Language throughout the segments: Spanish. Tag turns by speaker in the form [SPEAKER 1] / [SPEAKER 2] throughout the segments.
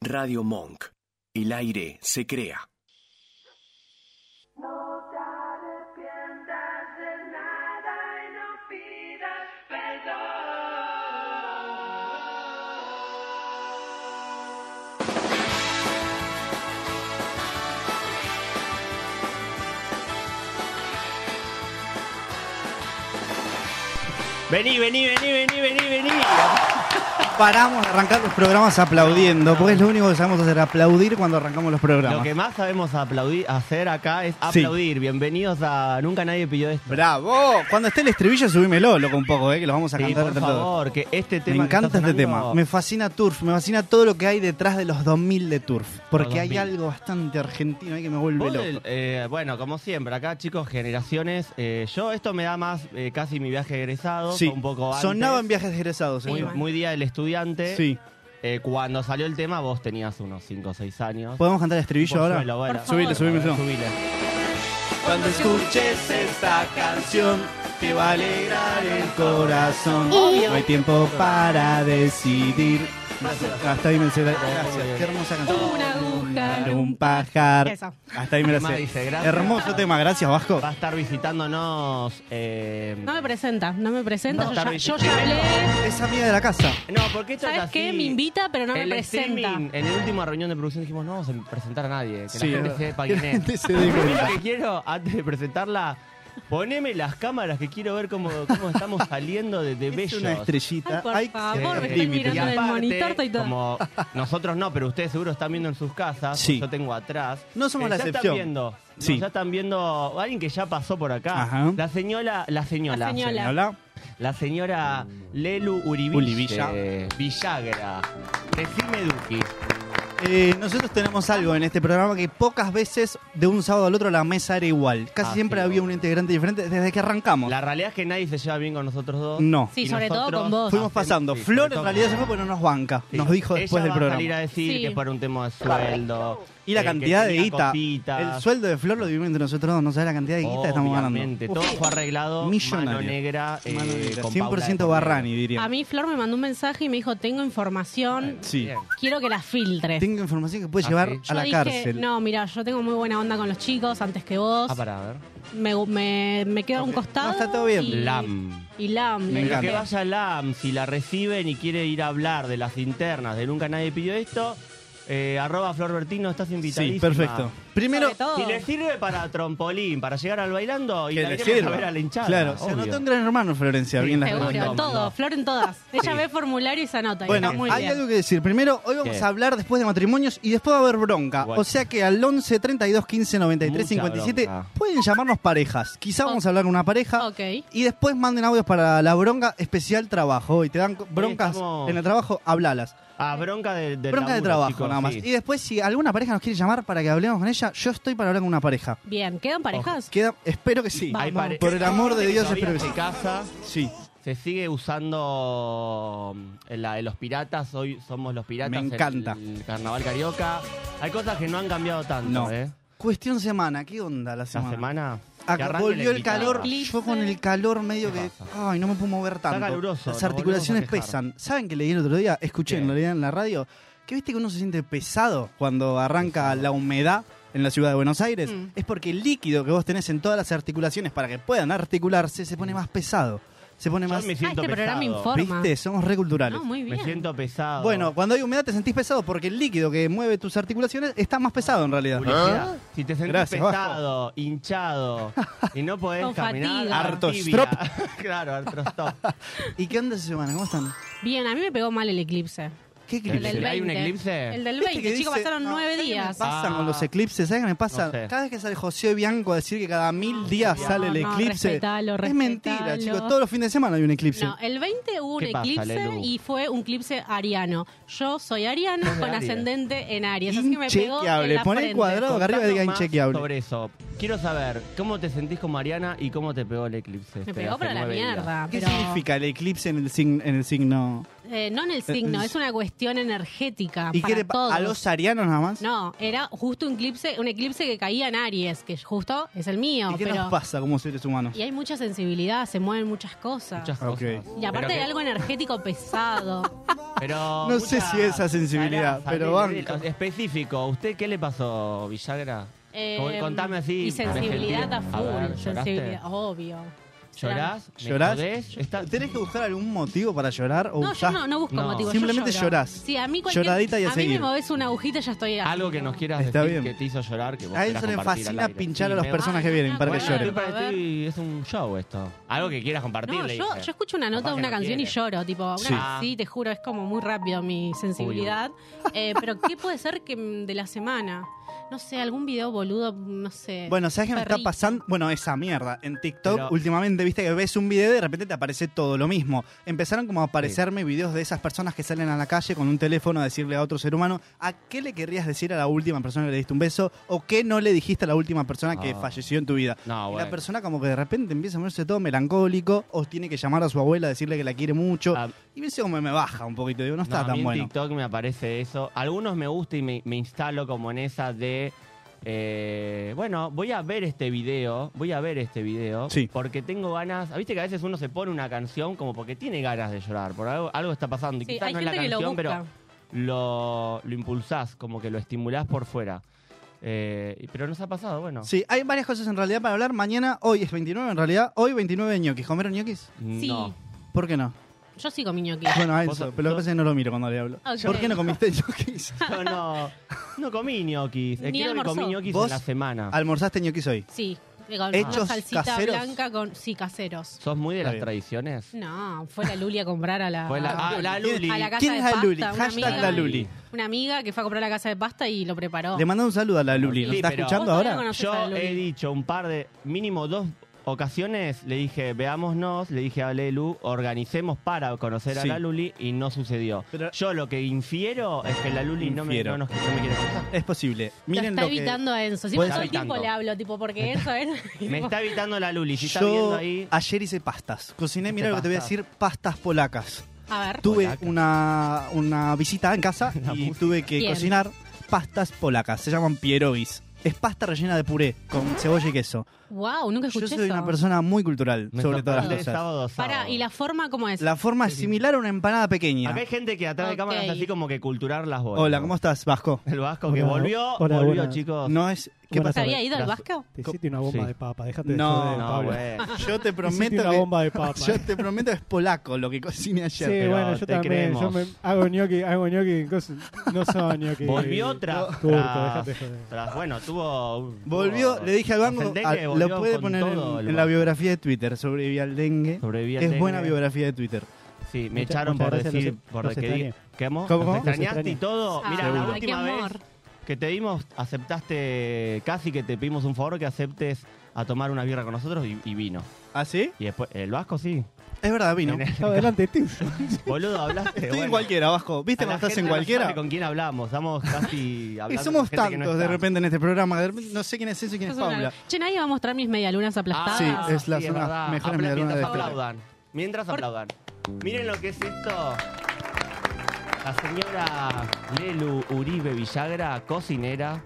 [SPEAKER 1] Radio Monk. El aire se crea.
[SPEAKER 2] No te arrepientas de nada y no pidas perdón.
[SPEAKER 3] Vení, vení, vení, vení, vení, vení.
[SPEAKER 4] Paramos de arrancar los programas aplaudiendo, porque es lo único que sabemos hacer, aplaudir cuando arrancamos los
[SPEAKER 3] Lo
[SPEAKER 4] programas.
[SPEAKER 3] que más sabemos aplaudir, hacer acá es
[SPEAKER 4] Sí.
[SPEAKER 3] aplaudir. Bienvenidos a Nunca Nadie Pidió Esto.
[SPEAKER 4] ¡Bravo! Cuando esté el estribillo, subímelo, loco, un poco, eh, que lo vamos a
[SPEAKER 3] Sí,
[SPEAKER 4] cantar
[SPEAKER 3] por
[SPEAKER 4] entre todos.
[SPEAKER 3] favor, que este
[SPEAKER 4] Me
[SPEAKER 3] tema. que
[SPEAKER 4] encanta
[SPEAKER 3] está
[SPEAKER 4] este
[SPEAKER 3] sonando-
[SPEAKER 4] tema. Me fascina Turf, me fascina todo lo que hay detrás de los 2000 de Turf. Porque hay
[SPEAKER 3] 2000.
[SPEAKER 4] algo bastante argentino ahí que me vuelve
[SPEAKER 3] Vos,
[SPEAKER 4] loco.
[SPEAKER 3] eh, bueno, como siempre, acá chicos, generaciones. eh, yo, esto me da más eh, casi mi viaje de egresado.
[SPEAKER 4] Sí,
[SPEAKER 3] fue un poco antes.
[SPEAKER 4] sonaba en viajes egresados.
[SPEAKER 3] Muy,
[SPEAKER 4] señor.
[SPEAKER 3] muy día del estudiante.
[SPEAKER 4] Sí.
[SPEAKER 3] Eh, cuando salió el tema, vos tenías unos 5 o 6 años.
[SPEAKER 4] ¿Podemos cantar el estribillo ahora?
[SPEAKER 3] Subilo, bueno.
[SPEAKER 5] Por Subile,
[SPEAKER 4] favor. subime,
[SPEAKER 3] Bueno,
[SPEAKER 4] subime.
[SPEAKER 3] subile.
[SPEAKER 4] Cuando escuches esta canción, te va a alegrar el corazón. No hay tiempo para decidir. Hasta ahí me sé. Gracias. Qué hermosa canción.
[SPEAKER 5] Una aguja.
[SPEAKER 4] Un pajar.
[SPEAKER 5] Eso.
[SPEAKER 4] Hasta ahí me la
[SPEAKER 3] Emma
[SPEAKER 4] sé.
[SPEAKER 3] dice, gracias.
[SPEAKER 4] Hermoso tema, gracias Vasco.
[SPEAKER 3] Va a estar visitándonos. eh,
[SPEAKER 5] No me presenta, no me presenta.
[SPEAKER 3] No,
[SPEAKER 5] yo,
[SPEAKER 3] está
[SPEAKER 5] ya,
[SPEAKER 3] bien.
[SPEAKER 5] yo ya hablé.
[SPEAKER 4] Es amiga de la casa.
[SPEAKER 3] No, porque esto es
[SPEAKER 5] ¿Sabes
[SPEAKER 3] así.
[SPEAKER 5] qué? Me invita, pero no me
[SPEAKER 3] El
[SPEAKER 5] presenta.
[SPEAKER 3] streaming, en la última reunión de producción dijimos, no vamos a presentar a nadie. Que la gente sepa
[SPEAKER 4] Que
[SPEAKER 3] quién
[SPEAKER 4] la
[SPEAKER 3] es.
[SPEAKER 4] gente se dé
[SPEAKER 3] Lo
[SPEAKER 4] cuenta.
[SPEAKER 3] único que quiero, antes de presentarla, poneme las cámaras que quiero ver cómo, cómo estamos saliendo de, de
[SPEAKER 4] Es
[SPEAKER 3] bellos. Eh,
[SPEAKER 4] una estrellita.
[SPEAKER 5] Ay, por
[SPEAKER 4] Hay que
[SPEAKER 5] favor,
[SPEAKER 4] ser
[SPEAKER 5] me estoy
[SPEAKER 4] límites.
[SPEAKER 5] mirando en el monitor, estoy toda-
[SPEAKER 3] como nosotros no, pero ustedes seguro están viendo en sus casas,
[SPEAKER 4] Sí.
[SPEAKER 3] yo tengo atrás.
[SPEAKER 4] No somos
[SPEAKER 3] Eh,
[SPEAKER 4] la
[SPEAKER 3] ya
[SPEAKER 4] excepción.
[SPEAKER 3] Están viendo, no,
[SPEAKER 4] Sí.
[SPEAKER 3] Ya están viendo alguien que ya pasó por acá.
[SPEAKER 4] Ajá.
[SPEAKER 3] La señora, la señora,
[SPEAKER 5] La señora.
[SPEAKER 4] Hola.
[SPEAKER 3] la señora Lelu Uribille,
[SPEAKER 4] Uribilla.
[SPEAKER 3] Villagra. Decime Duki.
[SPEAKER 4] Eh, nosotros tenemos algo en este programa que pocas veces de un sábado al otro la mesa era igual. Casi
[SPEAKER 3] Ah,
[SPEAKER 4] siempre
[SPEAKER 3] sí,
[SPEAKER 4] había
[SPEAKER 3] obvio.
[SPEAKER 4] un integrante diferente desde que arrancamos.
[SPEAKER 3] La realidad es que nadie se lleva bien con nosotros dos.
[SPEAKER 4] No.
[SPEAKER 5] Sí,
[SPEAKER 3] Y
[SPEAKER 5] sobre todo
[SPEAKER 3] nosotros
[SPEAKER 5] con vos.
[SPEAKER 4] Fuimos
[SPEAKER 3] hacemos-
[SPEAKER 4] pasando.
[SPEAKER 3] sí,
[SPEAKER 4] Flor
[SPEAKER 3] sobre
[SPEAKER 4] en
[SPEAKER 3] todo
[SPEAKER 4] realidad
[SPEAKER 3] con
[SPEAKER 4] se fue
[SPEAKER 3] vos.
[SPEAKER 4] porque no nos banca.
[SPEAKER 3] Sí.
[SPEAKER 4] Nos dijo después
[SPEAKER 3] Ella
[SPEAKER 4] del
[SPEAKER 3] va a salir a
[SPEAKER 4] programa.
[SPEAKER 3] decir
[SPEAKER 5] Sí.
[SPEAKER 3] que es por un tema de sueldo.
[SPEAKER 4] Y la
[SPEAKER 3] eh, que
[SPEAKER 4] cantidad de
[SPEAKER 3] tenía
[SPEAKER 4] guita.
[SPEAKER 3] cositas.
[SPEAKER 4] El sueldo de Flor lo vivimos entre nosotros dos. No sabes la cantidad de guita que estamos ganando.
[SPEAKER 3] Obviamente, Todo fue arreglado.
[SPEAKER 4] Millonario.
[SPEAKER 3] Mano negra. eh,
[SPEAKER 4] Mano negra,
[SPEAKER 3] con Paula
[SPEAKER 4] 100%
[SPEAKER 3] de
[SPEAKER 4] Barrani, diría.
[SPEAKER 5] A mí Flor me mandó un mensaje y me dijo, tengo información,
[SPEAKER 3] por medio.
[SPEAKER 4] Sí.
[SPEAKER 3] Bien.
[SPEAKER 5] quiero que la filtres.
[SPEAKER 4] Tengo información que puede
[SPEAKER 3] Ah,
[SPEAKER 4] llevar
[SPEAKER 3] sí.
[SPEAKER 5] Yo
[SPEAKER 4] a la
[SPEAKER 5] dije,
[SPEAKER 4] cárcel.
[SPEAKER 5] no, mira, yo tengo muy buena onda con los chicos antes que vos.
[SPEAKER 3] Ah, pará, a ver.
[SPEAKER 5] Me, me, me quedo a un costado.
[SPEAKER 4] No, está todo bien.
[SPEAKER 5] Y,
[SPEAKER 3] Lam.
[SPEAKER 5] Y Lam.
[SPEAKER 4] Me
[SPEAKER 5] le
[SPEAKER 4] encanta.
[SPEAKER 3] Que
[SPEAKER 5] dije,
[SPEAKER 3] vaya LAM, si la reciben y quiere ir a hablar de las internas de Nunca Nadie Pidió Esto, eh, arroba Flor Bertino, estás invitadísima.
[SPEAKER 4] Sí, perfecto. Primero,
[SPEAKER 5] Sobre todo.
[SPEAKER 3] Si le sirve para trompolín, para llegar al bailando y
[SPEAKER 4] que
[SPEAKER 3] la
[SPEAKER 4] le
[SPEAKER 3] iremos
[SPEAKER 4] sirva.
[SPEAKER 3] a ver a la hinchada.
[SPEAKER 4] Claro, se
[SPEAKER 3] obvio.
[SPEAKER 4] anotó en Gran Hermano, Florencia.
[SPEAKER 3] Sí,
[SPEAKER 4] bien las
[SPEAKER 3] Seguro,
[SPEAKER 5] Seguro,
[SPEAKER 4] cosas.
[SPEAKER 3] mandó.
[SPEAKER 5] todo, Flor en todas. Ella
[SPEAKER 3] Sí.
[SPEAKER 5] ve formulario y se anota. y
[SPEAKER 4] Bueno,
[SPEAKER 5] está muy
[SPEAKER 4] hay
[SPEAKER 5] bien.
[SPEAKER 4] algo que decir. Primero, hoy vamos
[SPEAKER 3] ¿Qué?
[SPEAKER 4] a hablar después de matrimonios y después va a haber bronca.
[SPEAKER 3] Bueno.
[SPEAKER 4] O sea que al 11 32 15 93
[SPEAKER 3] Mucha
[SPEAKER 4] 57
[SPEAKER 3] bronca.
[SPEAKER 4] pueden llamarnos parejas. Quizá vamos a hablar con una pareja.
[SPEAKER 5] Ok.
[SPEAKER 4] Y después manden audios para la bronca especial trabajo. Y te dan broncas
[SPEAKER 3] estamos-
[SPEAKER 4] en el trabajo, hablalas.
[SPEAKER 3] Ah, bronca de, del
[SPEAKER 4] Bronca de
[SPEAKER 3] laburo,
[SPEAKER 4] trabajo,
[SPEAKER 3] chicos,
[SPEAKER 4] nada más.
[SPEAKER 3] sí.
[SPEAKER 4] Y después, si alguna pareja nos quiere llamar para que hablemos con ella, yo estoy para hablar con una pareja.
[SPEAKER 5] Bien, ¿quedan parejas?
[SPEAKER 4] Queda, espero que sí.
[SPEAKER 5] Vamos.
[SPEAKER 3] Hay pare-
[SPEAKER 4] Por el amor de Dios,
[SPEAKER 3] Todavía
[SPEAKER 4] espero que sí.
[SPEAKER 3] se casa.
[SPEAKER 4] Sí.
[SPEAKER 3] Se sigue usando mm, la de los piratas, hoy somos los piratas.
[SPEAKER 4] Me
[SPEAKER 3] en
[SPEAKER 4] encanta.
[SPEAKER 3] El carnaval carioca. Hay cosas que no han cambiado tanto,
[SPEAKER 4] No.
[SPEAKER 3] ¿eh?
[SPEAKER 4] Cuestión semana, ¿qué onda la
[SPEAKER 3] La
[SPEAKER 4] semana?
[SPEAKER 3] semana.
[SPEAKER 4] Acá
[SPEAKER 3] que arranque
[SPEAKER 4] Ah, volvió el
[SPEAKER 3] invitado.
[SPEAKER 4] calor,
[SPEAKER 5] Eclipse.
[SPEAKER 4] yo con el calor medio
[SPEAKER 3] ¿Qué
[SPEAKER 4] que.
[SPEAKER 3] pasa?
[SPEAKER 4] Ay, no me puedo mover tanto.
[SPEAKER 3] caluroso,
[SPEAKER 4] Las
[SPEAKER 3] nos
[SPEAKER 4] articulaciones
[SPEAKER 3] volvemos a quejar.
[SPEAKER 4] pesan. ¿Saben que leí el otro día? Escuché
[SPEAKER 3] ¿Qué?
[SPEAKER 4] en realidad en la radio que viste que uno se siente pesado cuando arranca la humedad en la ciudad de Buenos Aires.
[SPEAKER 5] Mm.
[SPEAKER 4] Es porque el líquido que vos tenés en todas las articulaciones para que puedan articularse se pone más pesado. Se pone
[SPEAKER 3] Mm. Yo
[SPEAKER 4] más.
[SPEAKER 3] me
[SPEAKER 5] Ah,
[SPEAKER 3] siento
[SPEAKER 5] este programa
[SPEAKER 3] pesado.
[SPEAKER 5] informa.
[SPEAKER 4] ¿Viste? Somos reculturales.
[SPEAKER 5] No, muy
[SPEAKER 3] Me
[SPEAKER 5] bien.
[SPEAKER 3] siento pesado.
[SPEAKER 4] bueno, cuando hay humedad te sentís pesado porque el líquido que mueve tus articulaciones está más pesado en realidad.
[SPEAKER 3] Publicidad. Si te sentís
[SPEAKER 4] ¿Ah? Gracias,
[SPEAKER 3] pesado, hinchado y no podés
[SPEAKER 5] Con
[SPEAKER 3] caminar,
[SPEAKER 5] fatiga.
[SPEAKER 4] Artostrop.
[SPEAKER 3] claro, artostrop.
[SPEAKER 4] ¿Y qué onda esa semana? ¿Cómo están?
[SPEAKER 5] Bien, a mí me pegó mal el eclipse.
[SPEAKER 4] ¿Qué
[SPEAKER 3] El
[SPEAKER 4] eclipse?
[SPEAKER 3] del ¿Hay un eclipse?
[SPEAKER 5] El del
[SPEAKER 4] Viste
[SPEAKER 5] 20,
[SPEAKER 4] Este que
[SPEAKER 5] chicos,
[SPEAKER 4] dice-
[SPEAKER 5] pasaron
[SPEAKER 4] no,
[SPEAKER 5] nueve
[SPEAKER 4] ¿sabes qué
[SPEAKER 5] días.
[SPEAKER 4] Me pasan
[SPEAKER 3] Ah.
[SPEAKER 4] con los eclipses, ¿sabes qué me pasa?
[SPEAKER 3] No sé.
[SPEAKER 4] Cada vez que sale José Bianco a decir que cada mil días
[SPEAKER 5] no,
[SPEAKER 4] sale el
[SPEAKER 5] no,
[SPEAKER 4] eclipse.
[SPEAKER 5] respetalo,
[SPEAKER 4] es mentira,
[SPEAKER 5] respetalo.
[SPEAKER 4] chicos. Todos los fines de semana hay un eclipse.
[SPEAKER 5] No, el 20 hubo un
[SPEAKER 3] ¿Qué pasa,
[SPEAKER 5] eclipse
[SPEAKER 3] Lelu?
[SPEAKER 5] y fue un eclipse ariano. Yo soy ariano
[SPEAKER 3] Sos de
[SPEAKER 5] con
[SPEAKER 3] Aries.
[SPEAKER 5] ascendente en Aries, así que me pegó en
[SPEAKER 4] Inchequeable.
[SPEAKER 5] la
[SPEAKER 4] Poné el
[SPEAKER 5] frente.
[SPEAKER 4] cuadrado que arriba
[SPEAKER 3] Contanos
[SPEAKER 4] diga
[SPEAKER 3] más
[SPEAKER 4] inchequeable.
[SPEAKER 3] Sobre eso, quiero saber cómo te sentís como Ariana y cómo te pegó el eclipse.
[SPEAKER 5] Me
[SPEAKER 3] este
[SPEAKER 5] pegó
[SPEAKER 3] hace
[SPEAKER 5] para la
[SPEAKER 3] nueve días?
[SPEAKER 5] mierda.
[SPEAKER 4] ¿Qué
[SPEAKER 5] pero-
[SPEAKER 4] significa el eclipse en el, sign- en el signo?
[SPEAKER 5] eh, no en el signo, es una cuestión energética.
[SPEAKER 4] ¿Y
[SPEAKER 5] Ah, para
[SPEAKER 4] qué le pa-
[SPEAKER 5] todos.
[SPEAKER 4] a los arianos nada más?
[SPEAKER 5] No, era justo un eclipse, un eclipse que caía en Aries, que justo es el mío.
[SPEAKER 4] ¿Y qué
[SPEAKER 5] pero...
[SPEAKER 4] nos pasa como seres humanos?
[SPEAKER 5] Y hay mucha sensibilidad, se mueven muchas cosas.
[SPEAKER 3] Muchas
[SPEAKER 4] Ok.
[SPEAKER 3] cosas.
[SPEAKER 5] Y aparte
[SPEAKER 3] Pero
[SPEAKER 5] hay
[SPEAKER 3] que-
[SPEAKER 5] algo energético pesado.
[SPEAKER 3] pero
[SPEAKER 4] No sé
[SPEAKER 3] mucha-
[SPEAKER 4] si esa sensibilidad,
[SPEAKER 3] Pará,
[SPEAKER 4] pero
[SPEAKER 3] pará,
[SPEAKER 4] banco.
[SPEAKER 3] Específico, ¿a usted qué le pasó, Villagra?
[SPEAKER 5] Eh,
[SPEAKER 3] Como- Contame así.
[SPEAKER 5] Y sensibilidad a
[SPEAKER 3] Argentina.
[SPEAKER 5] full.
[SPEAKER 3] ver, ¿lloraste?
[SPEAKER 5] sensibilidad, obvio.
[SPEAKER 3] ¿Llorás? ¿Me
[SPEAKER 4] ¿Llorás?
[SPEAKER 3] jodés? Está-
[SPEAKER 4] ¿Tenés que buscar algún motivo para llorar o
[SPEAKER 5] No, yo
[SPEAKER 4] usás-
[SPEAKER 5] no, no busco
[SPEAKER 3] No.
[SPEAKER 5] motivos. yo
[SPEAKER 4] Simplemente
[SPEAKER 5] lloro.
[SPEAKER 4] llorás.
[SPEAKER 5] Sí, a mí cualquier-
[SPEAKER 4] Lloradita y a
[SPEAKER 5] A mí me
[SPEAKER 4] seguir.
[SPEAKER 5] moves una agujita y ya estoy. así,
[SPEAKER 3] Algo que nos
[SPEAKER 5] ¿no?
[SPEAKER 3] quieras
[SPEAKER 4] Está
[SPEAKER 3] decir
[SPEAKER 4] bien.
[SPEAKER 3] que te hizo llorar. Que vos
[SPEAKER 4] A él
[SPEAKER 3] querás
[SPEAKER 4] se le
[SPEAKER 3] compartir al
[SPEAKER 4] fascina
[SPEAKER 3] aire.
[SPEAKER 4] pinchar
[SPEAKER 3] Sí,
[SPEAKER 4] a los
[SPEAKER 3] me-
[SPEAKER 4] personas que
[SPEAKER 5] Ay,
[SPEAKER 4] vienen
[SPEAKER 5] no,
[SPEAKER 4] para que
[SPEAKER 5] bueno,
[SPEAKER 4] lloren.
[SPEAKER 5] pero-
[SPEAKER 3] Estoy para- estoy- es un show esto. Algo que quieras compartir.
[SPEAKER 5] No,
[SPEAKER 3] le
[SPEAKER 5] yo,
[SPEAKER 3] dije.
[SPEAKER 5] yo escucho una nota
[SPEAKER 3] Capaz
[SPEAKER 5] de
[SPEAKER 3] que
[SPEAKER 5] una
[SPEAKER 3] no
[SPEAKER 5] canción y
[SPEAKER 3] quiere.
[SPEAKER 5] lloro, tipo, una
[SPEAKER 4] Sí.
[SPEAKER 5] vez sí, te juro, es como muy rápido mi sensibilidad. Eh, pero ¿qué puede ser que mm, de la semana? No sé, algún video boludo, no sé.
[SPEAKER 4] Bueno, ¿sabes qué me está
[SPEAKER 5] perrito.
[SPEAKER 4] pasando? Bueno, esa mierda. En TikTok
[SPEAKER 3] Pero-
[SPEAKER 4] últimamente, viste que ves un video y de repente te aparece todo lo mismo. Empezaron como a aparecerme videos de esas personas que salen a la calle con un teléfono a decirle a otro ser humano a qué le querrías decir a la última persona que le diste un beso o qué no le dijiste a la última persona que
[SPEAKER 3] Ah.
[SPEAKER 4] falleció en tu vida.
[SPEAKER 3] No,
[SPEAKER 4] Y
[SPEAKER 3] bueno.
[SPEAKER 4] La persona como que de repente empieza a ponerse todo melancólico o tiene que llamar a su abuela a decirle que la quiere mucho.
[SPEAKER 3] Ah.
[SPEAKER 4] Y me como me baja un poquito. Digo, no está
[SPEAKER 3] No, a mí
[SPEAKER 4] tan
[SPEAKER 3] en
[SPEAKER 4] bueno.
[SPEAKER 3] TikTok me aparece eso. Algunos me gusta y me, me instalo como en esa de. eh, bueno, voy a ver este video. Voy a ver este video.
[SPEAKER 4] Sí.
[SPEAKER 3] Porque tengo ganas. Viste que a veces uno se pone una canción como porque tiene ganas de llorar. Por algo, algo está pasando. Y
[SPEAKER 5] Sí,
[SPEAKER 3] quizás
[SPEAKER 5] hay
[SPEAKER 3] no es la
[SPEAKER 5] gente que lo
[SPEAKER 3] canción,
[SPEAKER 5] busca.
[SPEAKER 3] pero lo, lo impulsás, como que lo estimulás por fuera. Eh, y- pero nos ha pasado, bueno.
[SPEAKER 4] Sí, hay varias cosas en realidad para hablar. Mañana, hoy es 29 en realidad, hoy 29 de ñoquis. ¿Comieron ñoquis?
[SPEAKER 5] Sí.
[SPEAKER 3] No.
[SPEAKER 4] ¿Por qué no?
[SPEAKER 5] Yo sí comí ñoqui.
[SPEAKER 4] Bueno, a
[SPEAKER 3] Vos
[SPEAKER 4] eso,
[SPEAKER 3] sos-
[SPEAKER 4] pero lo que
[SPEAKER 3] sos-
[SPEAKER 4] pasa es que no lo miro cuando le hablo.
[SPEAKER 5] Ok.
[SPEAKER 4] ¿Por qué no comiste ñoquis?
[SPEAKER 3] Yo no, no comí ñoquis. Eh,
[SPEAKER 5] Ni
[SPEAKER 3] creo que
[SPEAKER 5] almorzó.
[SPEAKER 3] comí ñoquis
[SPEAKER 4] ¿Vos?
[SPEAKER 3] en la semana.
[SPEAKER 4] ¿Almorzaste ñoquis hoy?
[SPEAKER 5] Sí, con
[SPEAKER 4] ¿Hechos
[SPEAKER 5] una salsita
[SPEAKER 4] caseros?
[SPEAKER 5] blanca con. Sí, caseros.
[SPEAKER 3] ¿Sos muy de
[SPEAKER 4] Está
[SPEAKER 3] las
[SPEAKER 4] bien.
[SPEAKER 3] tradiciones?
[SPEAKER 5] No, fue la Luli a comprar a la.
[SPEAKER 3] Fue la, ah, la
[SPEAKER 4] ¿Quién-
[SPEAKER 3] Luli.
[SPEAKER 5] A la casa
[SPEAKER 4] ¿Quién
[SPEAKER 5] de
[SPEAKER 4] es la
[SPEAKER 5] pasta,
[SPEAKER 4] Luli?
[SPEAKER 5] una
[SPEAKER 4] Hashtag
[SPEAKER 5] amiga.
[SPEAKER 4] la Luli.
[SPEAKER 5] Una amiga que fue a comprar la casa de pasta y lo preparó.
[SPEAKER 4] Le mando un saludo a la Luli. ¿Nos
[SPEAKER 3] Sí,
[SPEAKER 4] está
[SPEAKER 3] pero-
[SPEAKER 4] escuchando
[SPEAKER 5] Vos todavía
[SPEAKER 4] ahora?
[SPEAKER 5] no conocés a
[SPEAKER 3] Yo
[SPEAKER 5] Luli.
[SPEAKER 3] he dicho un par de, mínimo dos ocasiones, le dije, veámonos, le dije a Lelu, organicemos para conocer
[SPEAKER 4] Sí.
[SPEAKER 3] a la Luli y no sucedió.
[SPEAKER 4] Pero-
[SPEAKER 3] Yo lo que infiero es que la Luli no me,
[SPEAKER 4] Infiero.
[SPEAKER 3] no nos, no me quiere conocer.
[SPEAKER 4] Es posible.
[SPEAKER 5] Lo
[SPEAKER 4] Miren
[SPEAKER 5] está
[SPEAKER 4] lo que...
[SPEAKER 5] evitando a Enzo. Si
[SPEAKER 4] Puede
[SPEAKER 5] todo el
[SPEAKER 3] ser.
[SPEAKER 5] tiempo
[SPEAKER 3] Evitando.
[SPEAKER 5] le hablo, tipo, porque eso es.
[SPEAKER 3] Me está evitando la Luli, si está viendo
[SPEAKER 4] Yo
[SPEAKER 3] ahí.
[SPEAKER 4] ayer hice pastas. Cociné,
[SPEAKER 3] Hice
[SPEAKER 4] mira lo que te voy a
[SPEAKER 3] pastas.
[SPEAKER 4] decir, pastas polacas.
[SPEAKER 5] A ver.
[SPEAKER 4] Tuve
[SPEAKER 3] Polacas.
[SPEAKER 4] una, una visita en casa y tuve que
[SPEAKER 5] Bien.
[SPEAKER 4] cocinar pastas polacas. Se llaman pierogis. Es pasta rellena de puré con cebolla y queso.
[SPEAKER 5] Wow, nunca escuché
[SPEAKER 4] Yo soy
[SPEAKER 5] eso.
[SPEAKER 4] una persona muy cultural,
[SPEAKER 3] Me
[SPEAKER 4] sobre todas las
[SPEAKER 3] sorprende
[SPEAKER 4] cosas.
[SPEAKER 3] sábado, sábado.
[SPEAKER 5] Para, ¿y la forma cómo es?
[SPEAKER 4] La forma es similar a una empanada pequeña.
[SPEAKER 3] Acá hay gente que atrás de
[SPEAKER 5] Ok.
[SPEAKER 3] cámaras hace así como que culturar las bolas.
[SPEAKER 4] Hola, ¿cómo estás, Vasco?
[SPEAKER 3] El vasco que
[SPEAKER 6] Hola,
[SPEAKER 3] volvió,
[SPEAKER 6] hola,
[SPEAKER 3] volvió,
[SPEAKER 6] hola.
[SPEAKER 3] chicos.
[SPEAKER 4] No es... ¿Qué
[SPEAKER 6] Buenas
[SPEAKER 5] ¿Se
[SPEAKER 4] pasa?
[SPEAKER 5] había ido al
[SPEAKER 3] Las-
[SPEAKER 5] vasco?
[SPEAKER 6] Te hiciste una bomba
[SPEAKER 3] Sí.
[SPEAKER 6] de papa, dejate de
[SPEAKER 4] No, no,
[SPEAKER 6] joder,
[SPEAKER 3] No,
[SPEAKER 6] Pablo.
[SPEAKER 3] güey.
[SPEAKER 4] Yo te
[SPEAKER 6] Te hiciste
[SPEAKER 4] prometo
[SPEAKER 6] una
[SPEAKER 4] que-
[SPEAKER 6] bomba de papa.
[SPEAKER 4] Yo te prometo es polaco lo que cociné
[SPEAKER 6] Sí,
[SPEAKER 4] ayer.
[SPEAKER 3] pero
[SPEAKER 6] bueno,
[SPEAKER 3] te
[SPEAKER 6] yo también. Yo me
[SPEAKER 3] creemos.
[SPEAKER 6] hago gnocchi, hago gnocchi, cosas- no son gnocchi.
[SPEAKER 3] Volvió tras,
[SPEAKER 6] Turco,
[SPEAKER 3] tras-
[SPEAKER 4] Ah.
[SPEAKER 6] dejate de joder.
[SPEAKER 3] tras- Bueno, tuvo.
[SPEAKER 4] Volvió,
[SPEAKER 3] tuvo-
[SPEAKER 4] le dije al banco,
[SPEAKER 3] Asenté
[SPEAKER 4] ah,
[SPEAKER 3] que
[SPEAKER 4] lo
[SPEAKER 3] volvió
[SPEAKER 4] puede
[SPEAKER 3] con
[SPEAKER 4] poner en,
[SPEAKER 3] todo el
[SPEAKER 4] en la
[SPEAKER 3] vasco.
[SPEAKER 4] biografía de Twitter, sobreviví al dengue.
[SPEAKER 3] Sobreviví al
[SPEAKER 4] es
[SPEAKER 3] dengue.
[SPEAKER 4] buena biografía de Twitter.
[SPEAKER 3] Sí, me
[SPEAKER 6] Muchas-
[SPEAKER 3] echaron
[SPEAKER 6] muchas
[SPEAKER 3] por
[SPEAKER 6] gracias,
[SPEAKER 3] decir,
[SPEAKER 6] los-
[SPEAKER 3] por
[SPEAKER 6] los
[SPEAKER 3] que di-
[SPEAKER 6] extrañé.
[SPEAKER 3] ¿Qué, mo?
[SPEAKER 4] ¿Cómo, cómo?
[SPEAKER 3] Nos extrañaste y
[SPEAKER 6] extrañé.
[SPEAKER 3] todo.
[SPEAKER 5] Ah,
[SPEAKER 3] Mira, la
[SPEAKER 5] ay, qué
[SPEAKER 3] última vez
[SPEAKER 5] amor.
[SPEAKER 3] que te dimos, aceptaste, casi que te pedimos un favor que aceptes a tomar una birra con nosotros y, y vino.
[SPEAKER 4] ¿Ah, sí?
[SPEAKER 3] Y después, el vasco sí.
[SPEAKER 4] Es verdad, vino.
[SPEAKER 3] En el-
[SPEAKER 6] Estaba delante tuyo.
[SPEAKER 3] Boludo, hablaste.
[SPEAKER 4] Estoy
[SPEAKER 3] bueno.
[SPEAKER 4] en cualquiera, Vasco. ¿Viste
[SPEAKER 3] A la
[SPEAKER 4] cuando estás
[SPEAKER 3] gente
[SPEAKER 4] en
[SPEAKER 3] no
[SPEAKER 4] cualquiera?
[SPEAKER 3] sabe con quién hablamos, estamos casi
[SPEAKER 4] Y
[SPEAKER 3] hablando.
[SPEAKER 4] somos
[SPEAKER 3] con gente que no
[SPEAKER 4] tantos de
[SPEAKER 3] está.
[SPEAKER 4] repente en este programa. de repente no sé quién es eso y quién
[SPEAKER 5] Yo
[SPEAKER 4] es
[SPEAKER 5] soy una-
[SPEAKER 4] Paula. Ah,
[SPEAKER 5] Che, nadie va a mostrar mis medialunas aplastadas.
[SPEAKER 4] Sí, es la zona
[SPEAKER 3] Ah, verdad.
[SPEAKER 4] mejor
[SPEAKER 3] Apla-
[SPEAKER 4] medialuna
[SPEAKER 3] mientras
[SPEAKER 4] de este
[SPEAKER 3] aplaudan. Mientras aplaudan. Miren lo que es esto. La señora Lelu Uribe Villagra, cocinera,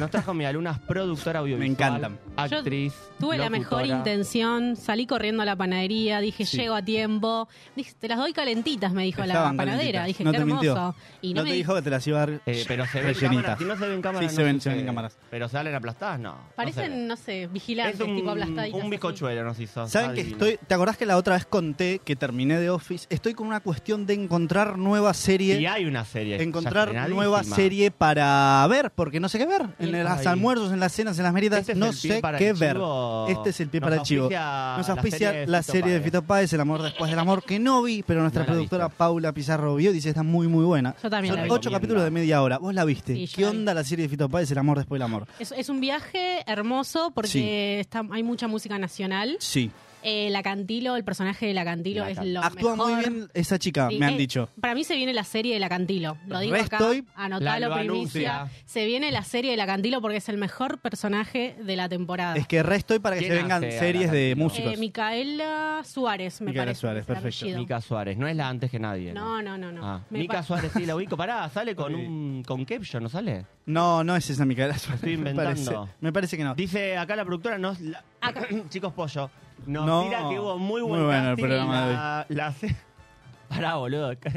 [SPEAKER 3] nos trajo medialunas, productora audiovisual.
[SPEAKER 4] Me encantan.
[SPEAKER 3] Actriz.
[SPEAKER 5] Tuve la mejor
[SPEAKER 3] locutora.
[SPEAKER 5] intención, salí corriendo a la panadería, dije,
[SPEAKER 4] Sí.
[SPEAKER 5] llego a tiempo. Dije, te las doy calentitas, me dijo
[SPEAKER 4] Estaban
[SPEAKER 5] la panadera.
[SPEAKER 4] calentitas.
[SPEAKER 5] Dije,
[SPEAKER 4] No
[SPEAKER 5] qué
[SPEAKER 4] te mintió.
[SPEAKER 5] hermoso. Y no,
[SPEAKER 4] no
[SPEAKER 5] me
[SPEAKER 4] te
[SPEAKER 5] dijo.
[SPEAKER 4] dijo que te las iba a dar
[SPEAKER 3] Eh, pero se ven en
[SPEAKER 4] rellenitas.
[SPEAKER 3] cámaras. Si no se ven cámaras,
[SPEAKER 4] Sí,
[SPEAKER 3] no
[SPEAKER 4] se ven- se ven
[SPEAKER 3] sucede.
[SPEAKER 4] cámaras.
[SPEAKER 3] Pero se salen aplastadas, no. no se
[SPEAKER 5] Parecen,
[SPEAKER 3] ven.
[SPEAKER 5] no sé, vigilantes,
[SPEAKER 3] es un,
[SPEAKER 5] tipo aplastaditas.
[SPEAKER 3] un
[SPEAKER 5] así.
[SPEAKER 3] bizcochuelo nos hizo.
[SPEAKER 4] ¿Saben
[SPEAKER 3] está
[SPEAKER 4] que
[SPEAKER 3] divino.
[SPEAKER 4] estoy? ¿Te acordás que la otra vez conté que terminé de Office? Estoy con una cuestión de encontrar nueva serie.
[SPEAKER 3] Y hay una serie. ya
[SPEAKER 4] encontrar
[SPEAKER 3] estrenadísima.
[SPEAKER 4] nueva serie para ver, porque no sé qué ver.
[SPEAKER 5] Y
[SPEAKER 4] En
[SPEAKER 5] el-
[SPEAKER 4] los
[SPEAKER 3] Ay.
[SPEAKER 4] almuerzos, en las cenas, en las meritas,
[SPEAKER 3] Este es
[SPEAKER 4] no
[SPEAKER 3] el pie
[SPEAKER 4] sé
[SPEAKER 3] para
[SPEAKER 4] qué
[SPEAKER 3] el
[SPEAKER 4] ver.
[SPEAKER 3] chivo.
[SPEAKER 4] Este es el pie
[SPEAKER 3] Nos
[SPEAKER 4] para el chivo.
[SPEAKER 3] auspicia
[SPEAKER 4] Nos
[SPEAKER 3] la
[SPEAKER 4] auspicia
[SPEAKER 3] serie
[SPEAKER 4] la
[SPEAKER 3] Fito
[SPEAKER 4] serie de
[SPEAKER 3] Páez.
[SPEAKER 4] Fito Páez, El amor después del amor, que no vi, pero nuestra
[SPEAKER 3] No la
[SPEAKER 4] productora
[SPEAKER 3] viste.
[SPEAKER 4] Paula Pizarro vio y dice está muy, muy buena.
[SPEAKER 5] Yo también
[SPEAKER 4] Son
[SPEAKER 5] la vi.
[SPEAKER 4] ocho capítulos de media hora. Vos la viste.
[SPEAKER 5] Sí, yo
[SPEAKER 4] ¿Qué
[SPEAKER 5] la vi.
[SPEAKER 4] onda la serie de Fito Páez, El amor después del amor?
[SPEAKER 5] Es, es un viaje hermoso porque
[SPEAKER 4] Sí.
[SPEAKER 5] está- hay mucha música nacional.
[SPEAKER 4] Sí.
[SPEAKER 5] Eh, la Cantilo, el personaje de la Cantilo es lo
[SPEAKER 4] Actúa
[SPEAKER 5] mejor.
[SPEAKER 4] muy bien esa chica,
[SPEAKER 5] Sí,
[SPEAKER 4] me han
[SPEAKER 5] eh,
[SPEAKER 4] dicho.
[SPEAKER 5] Para mí se viene la serie de la Cantilo. Lo digo
[SPEAKER 4] Re
[SPEAKER 5] acá,
[SPEAKER 4] estoy-
[SPEAKER 3] La-
[SPEAKER 5] anotalo,
[SPEAKER 3] lo
[SPEAKER 5] primicia.
[SPEAKER 3] anuncia.
[SPEAKER 5] Se viene la serie de la Cantilo porque es el mejor personaje de la temporada.
[SPEAKER 4] Es que re estoy para que se
[SPEAKER 3] ¿Quién
[SPEAKER 4] vengan
[SPEAKER 3] hace a la
[SPEAKER 4] series de
[SPEAKER 3] Cantilo?
[SPEAKER 4] músicos.
[SPEAKER 5] Eh, Micaela Suárez, me
[SPEAKER 4] Micaela
[SPEAKER 5] parece.
[SPEAKER 4] Suárez,
[SPEAKER 5] es el
[SPEAKER 4] perfecto.
[SPEAKER 5] apellido.
[SPEAKER 3] Mica Suárez, no es la antes que nadie.
[SPEAKER 5] No, no, no, no.
[SPEAKER 3] Ah,
[SPEAKER 5] Me
[SPEAKER 3] Mica
[SPEAKER 5] pa-
[SPEAKER 3] Suárez, sí, la ubico. Pará, sale con un con caption, ¿no sale?
[SPEAKER 4] No, no es esa Micaela Suárez.
[SPEAKER 3] Estoy
[SPEAKER 4] me parece.
[SPEAKER 3] inventando.
[SPEAKER 4] Me parece que no.
[SPEAKER 3] Dice acá la productora, nos, la-
[SPEAKER 5] Acá.
[SPEAKER 3] chicos pollo, nos
[SPEAKER 4] No,
[SPEAKER 3] tira que hubo muy
[SPEAKER 4] muy
[SPEAKER 3] buen
[SPEAKER 4] bueno el
[SPEAKER 3] casting
[SPEAKER 4] programa de
[SPEAKER 3] la- la se- Pará, boludo. Acá,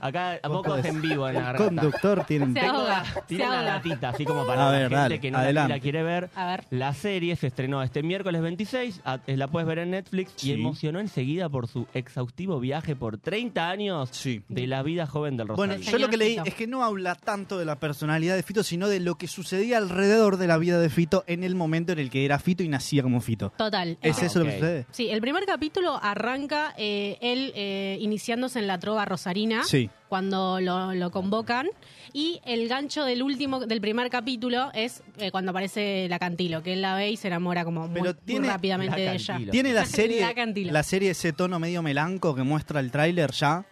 [SPEAKER 3] acá a poco es
[SPEAKER 4] podés.
[SPEAKER 3] en vivo en la garganta.
[SPEAKER 4] Conductor tienen.
[SPEAKER 5] Se
[SPEAKER 3] Tengo
[SPEAKER 5] ahoga,
[SPEAKER 3] la-
[SPEAKER 5] se
[SPEAKER 3] Tira una
[SPEAKER 5] ahoga.
[SPEAKER 3] latita, así como para
[SPEAKER 4] A
[SPEAKER 3] la
[SPEAKER 4] ver,
[SPEAKER 3] gente
[SPEAKER 4] dale,
[SPEAKER 3] que no la- ni la,
[SPEAKER 4] adelante.
[SPEAKER 3] quiere ver.
[SPEAKER 5] A ver.
[SPEAKER 3] La serie se estrenó este miércoles 26, a- eh, la puedes ver en Netflix
[SPEAKER 4] Sí.
[SPEAKER 3] y emocionó enseguida por su exhaustivo viaje por 30 años
[SPEAKER 4] Sí.
[SPEAKER 3] de la vida joven del Rosario.
[SPEAKER 4] Bueno, yo
[SPEAKER 5] Señor
[SPEAKER 4] lo que leí
[SPEAKER 5] Fito.
[SPEAKER 4] es que no habla tanto de la personalidad de Fito, sino de lo que sucedía alrededor de la vida de Fito en el momento en el que era Fito y nacía como Fito.
[SPEAKER 5] Total.
[SPEAKER 4] ¿Es
[SPEAKER 3] Ah,
[SPEAKER 4] eso lo
[SPEAKER 3] ok.
[SPEAKER 4] que sucede?
[SPEAKER 5] Sí, el primer capítulo arranca eh, él eh, iniciándose en la trova rosarina.
[SPEAKER 4] Sí.
[SPEAKER 5] cuando lo, lo convocan. Y el gancho del último, del primer capítulo es eh, cuando aparece la Cantilo, que él la ve y se enamora como muy,
[SPEAKER 4] Pero
[SPEAKER 5] muy
[SPEAKER 4] tiene-
[SPEAKER 5] rápidamente
[SPEAKER 3] La
[SPEAKER 5] de ella.
[SPEAKER 3] Cantilo.
[SPEAKER 4] Tiene la
[SPEAKER 5] La
[SPEAKER 4] serie,
[SPEAKER 5] Cantilo.
[SPEAKER 4] la serie ese tono medio melanco que muestra el tráiler ya,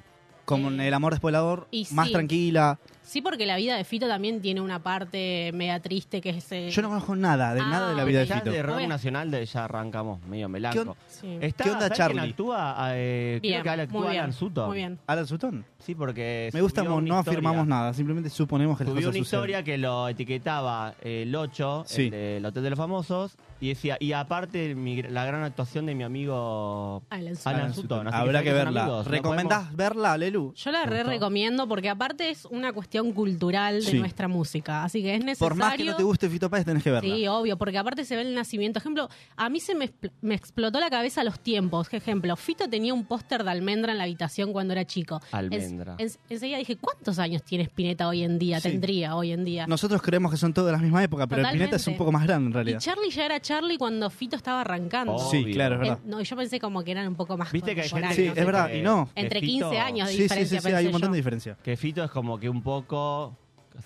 [SPEAKER 4] como en
[SPEAKER 5] Eh,
[SPEAKER 4] El amor despolador,
[SPEAKER 5] y
[SPEAKER 4] más
[SPEAKER 5] sí.
[SPEAKER 4] tranquila.
[SPEAKER 5] Sí, porque la vida de Fito también tiene una parte media triste que es... eh,
[SPEAKER 4] Yo no conozco nada de
[SPEAKER 5] Ah,
[SPEAKER 4] nada de la vida de
[SPEAKER 3] ya
[SPEAKER 4] Fito.
[SPEAKER 3] de rock
[SPEAKER 5] Obvio.
[SPEAKER 3] nacional de, ya arrancamos medio melanco.
[SPEAKER 5] sí.
[SPEAKER 3] Está,
[SPEAKER 4] ¿Qué onda,
[SPEAKER 3] ¿sabes
[SPEAKER 4] Charlie?
[SPEAKER 3] quién actúa? Eh, creo
[SPEAKER 5] Bien,
[SPEAKER 3] que Alan- actúa
[SPEAKER 5] muy bien,
[SPEAKER 3] Alan Sutton.
[SPEAKER 5] Muy bien.
[SPEAKER 4] Alan Sutton.
[SPEAKER 3] Sí, porque
[SPEAKER 4] Me gusta
[SPEAKER 3] subió
[SPEAKER 4] como
[SPEAKER 3] una
[SPEAKER 4] no
[SPEAKER 3] historia.
[SPEAKER 4] afirmamos nada, simplemente suponemos que las
[SPEAKER 3] Subió
[SPEAKER 4] cosas
[SPEAKER 3] una
[SPEAKER 4] suceden.
[SPEAKER 3] historia que lo etiquetaba eh, el 8,
[SPEAKER 4] Sí.
[SPEAKER 3] el, del Hotel de los Famosos, y decía, y aparte mi- la gran actuación de mi amigo
[SPEAKER 5] Alan Sutton.
[SPEAKER 3] Alan Sutton. Así
[SPEAKER 4] Habrá
[SPEAKER 3] son-
[SPEAKER 4] que
[SPEAKER 3] son
[SPEAKER 4] verla.
[SPEAKER 3] amigos, no
[SPEAKER 4] ¿Recomendás verla, Lelu?
[SPEAKER 5] Yo la re
[SPEAKER 3] gustó.
[SPEAKER 5] recomiendo porque aparte es una cuestión cultural de
[SPEAKER 4] Sí.
[SPEAKER 5] nuestra música, así que es necesario...
[SPEAKER 4] Por más que no te guste Fito Páez, tenés que verla.
[SPEAKER 5] Sí, obvio, porque aparte se ve el nacimiento. Ejemplo, a mí se me, expl- me explotó la cabeza los tiempos. Que Ejemplo, Fito tenía un póster de almendra en la habitación cuando era chico.
[SPEAKER 3] Almendra.
[SPEAKER 5] En- en- enseguida dije, ¿cuántos años tiene Spinetta hoy en día?
[SPEAKER 4] Sí.
[SPEAKER 5] Tendría hoy en día.
[SPEAKER 4] Nosotros creemos que son todos de la misma época, pero el
[SPEAKER 5] Totalmente.
[SPEAKER 4] Pineta es un poco más grande en
[SPEAKER 5] y
[SPEAKER 4] realidad. Oh,
[SPEAKER 5] Charlie ya era Charlie cuando Fito estaba arrancando.
[SPEAKER 3] podemos-
[SPEAKER 4] Sí,
[SPEAKER 3] Obvio.
[SPEAKER 4] claro, es
[SPEAKER 5] Eh,
[SPEAKER 4] verdad.
[SPEAKER 5] no, yo pensé como que eran un poco más.
[SPEAKER 3] Viste que hay gente
[SPEAKER 5] contemporáneos.
[SPEAKER 4] Sí, es verdad, y no.
[SPEAKER 3] que
[SPEAKER 5] Entre
[SPEAKER 3] Fito-
[SPEAKER 5] 15 años de
[SPEAKER 4] Sí, sí, sí,
[SPEAKER 5] diferencia.
[SPEAKER 4] sí, hay un
[SPEAKER 5] pensé
[SPEAKER 4] montón
[SPEAKER 5] yo.
[SPEAKER 4] de diferencia.
[SPEAKER 3] Que Fito es como que un poco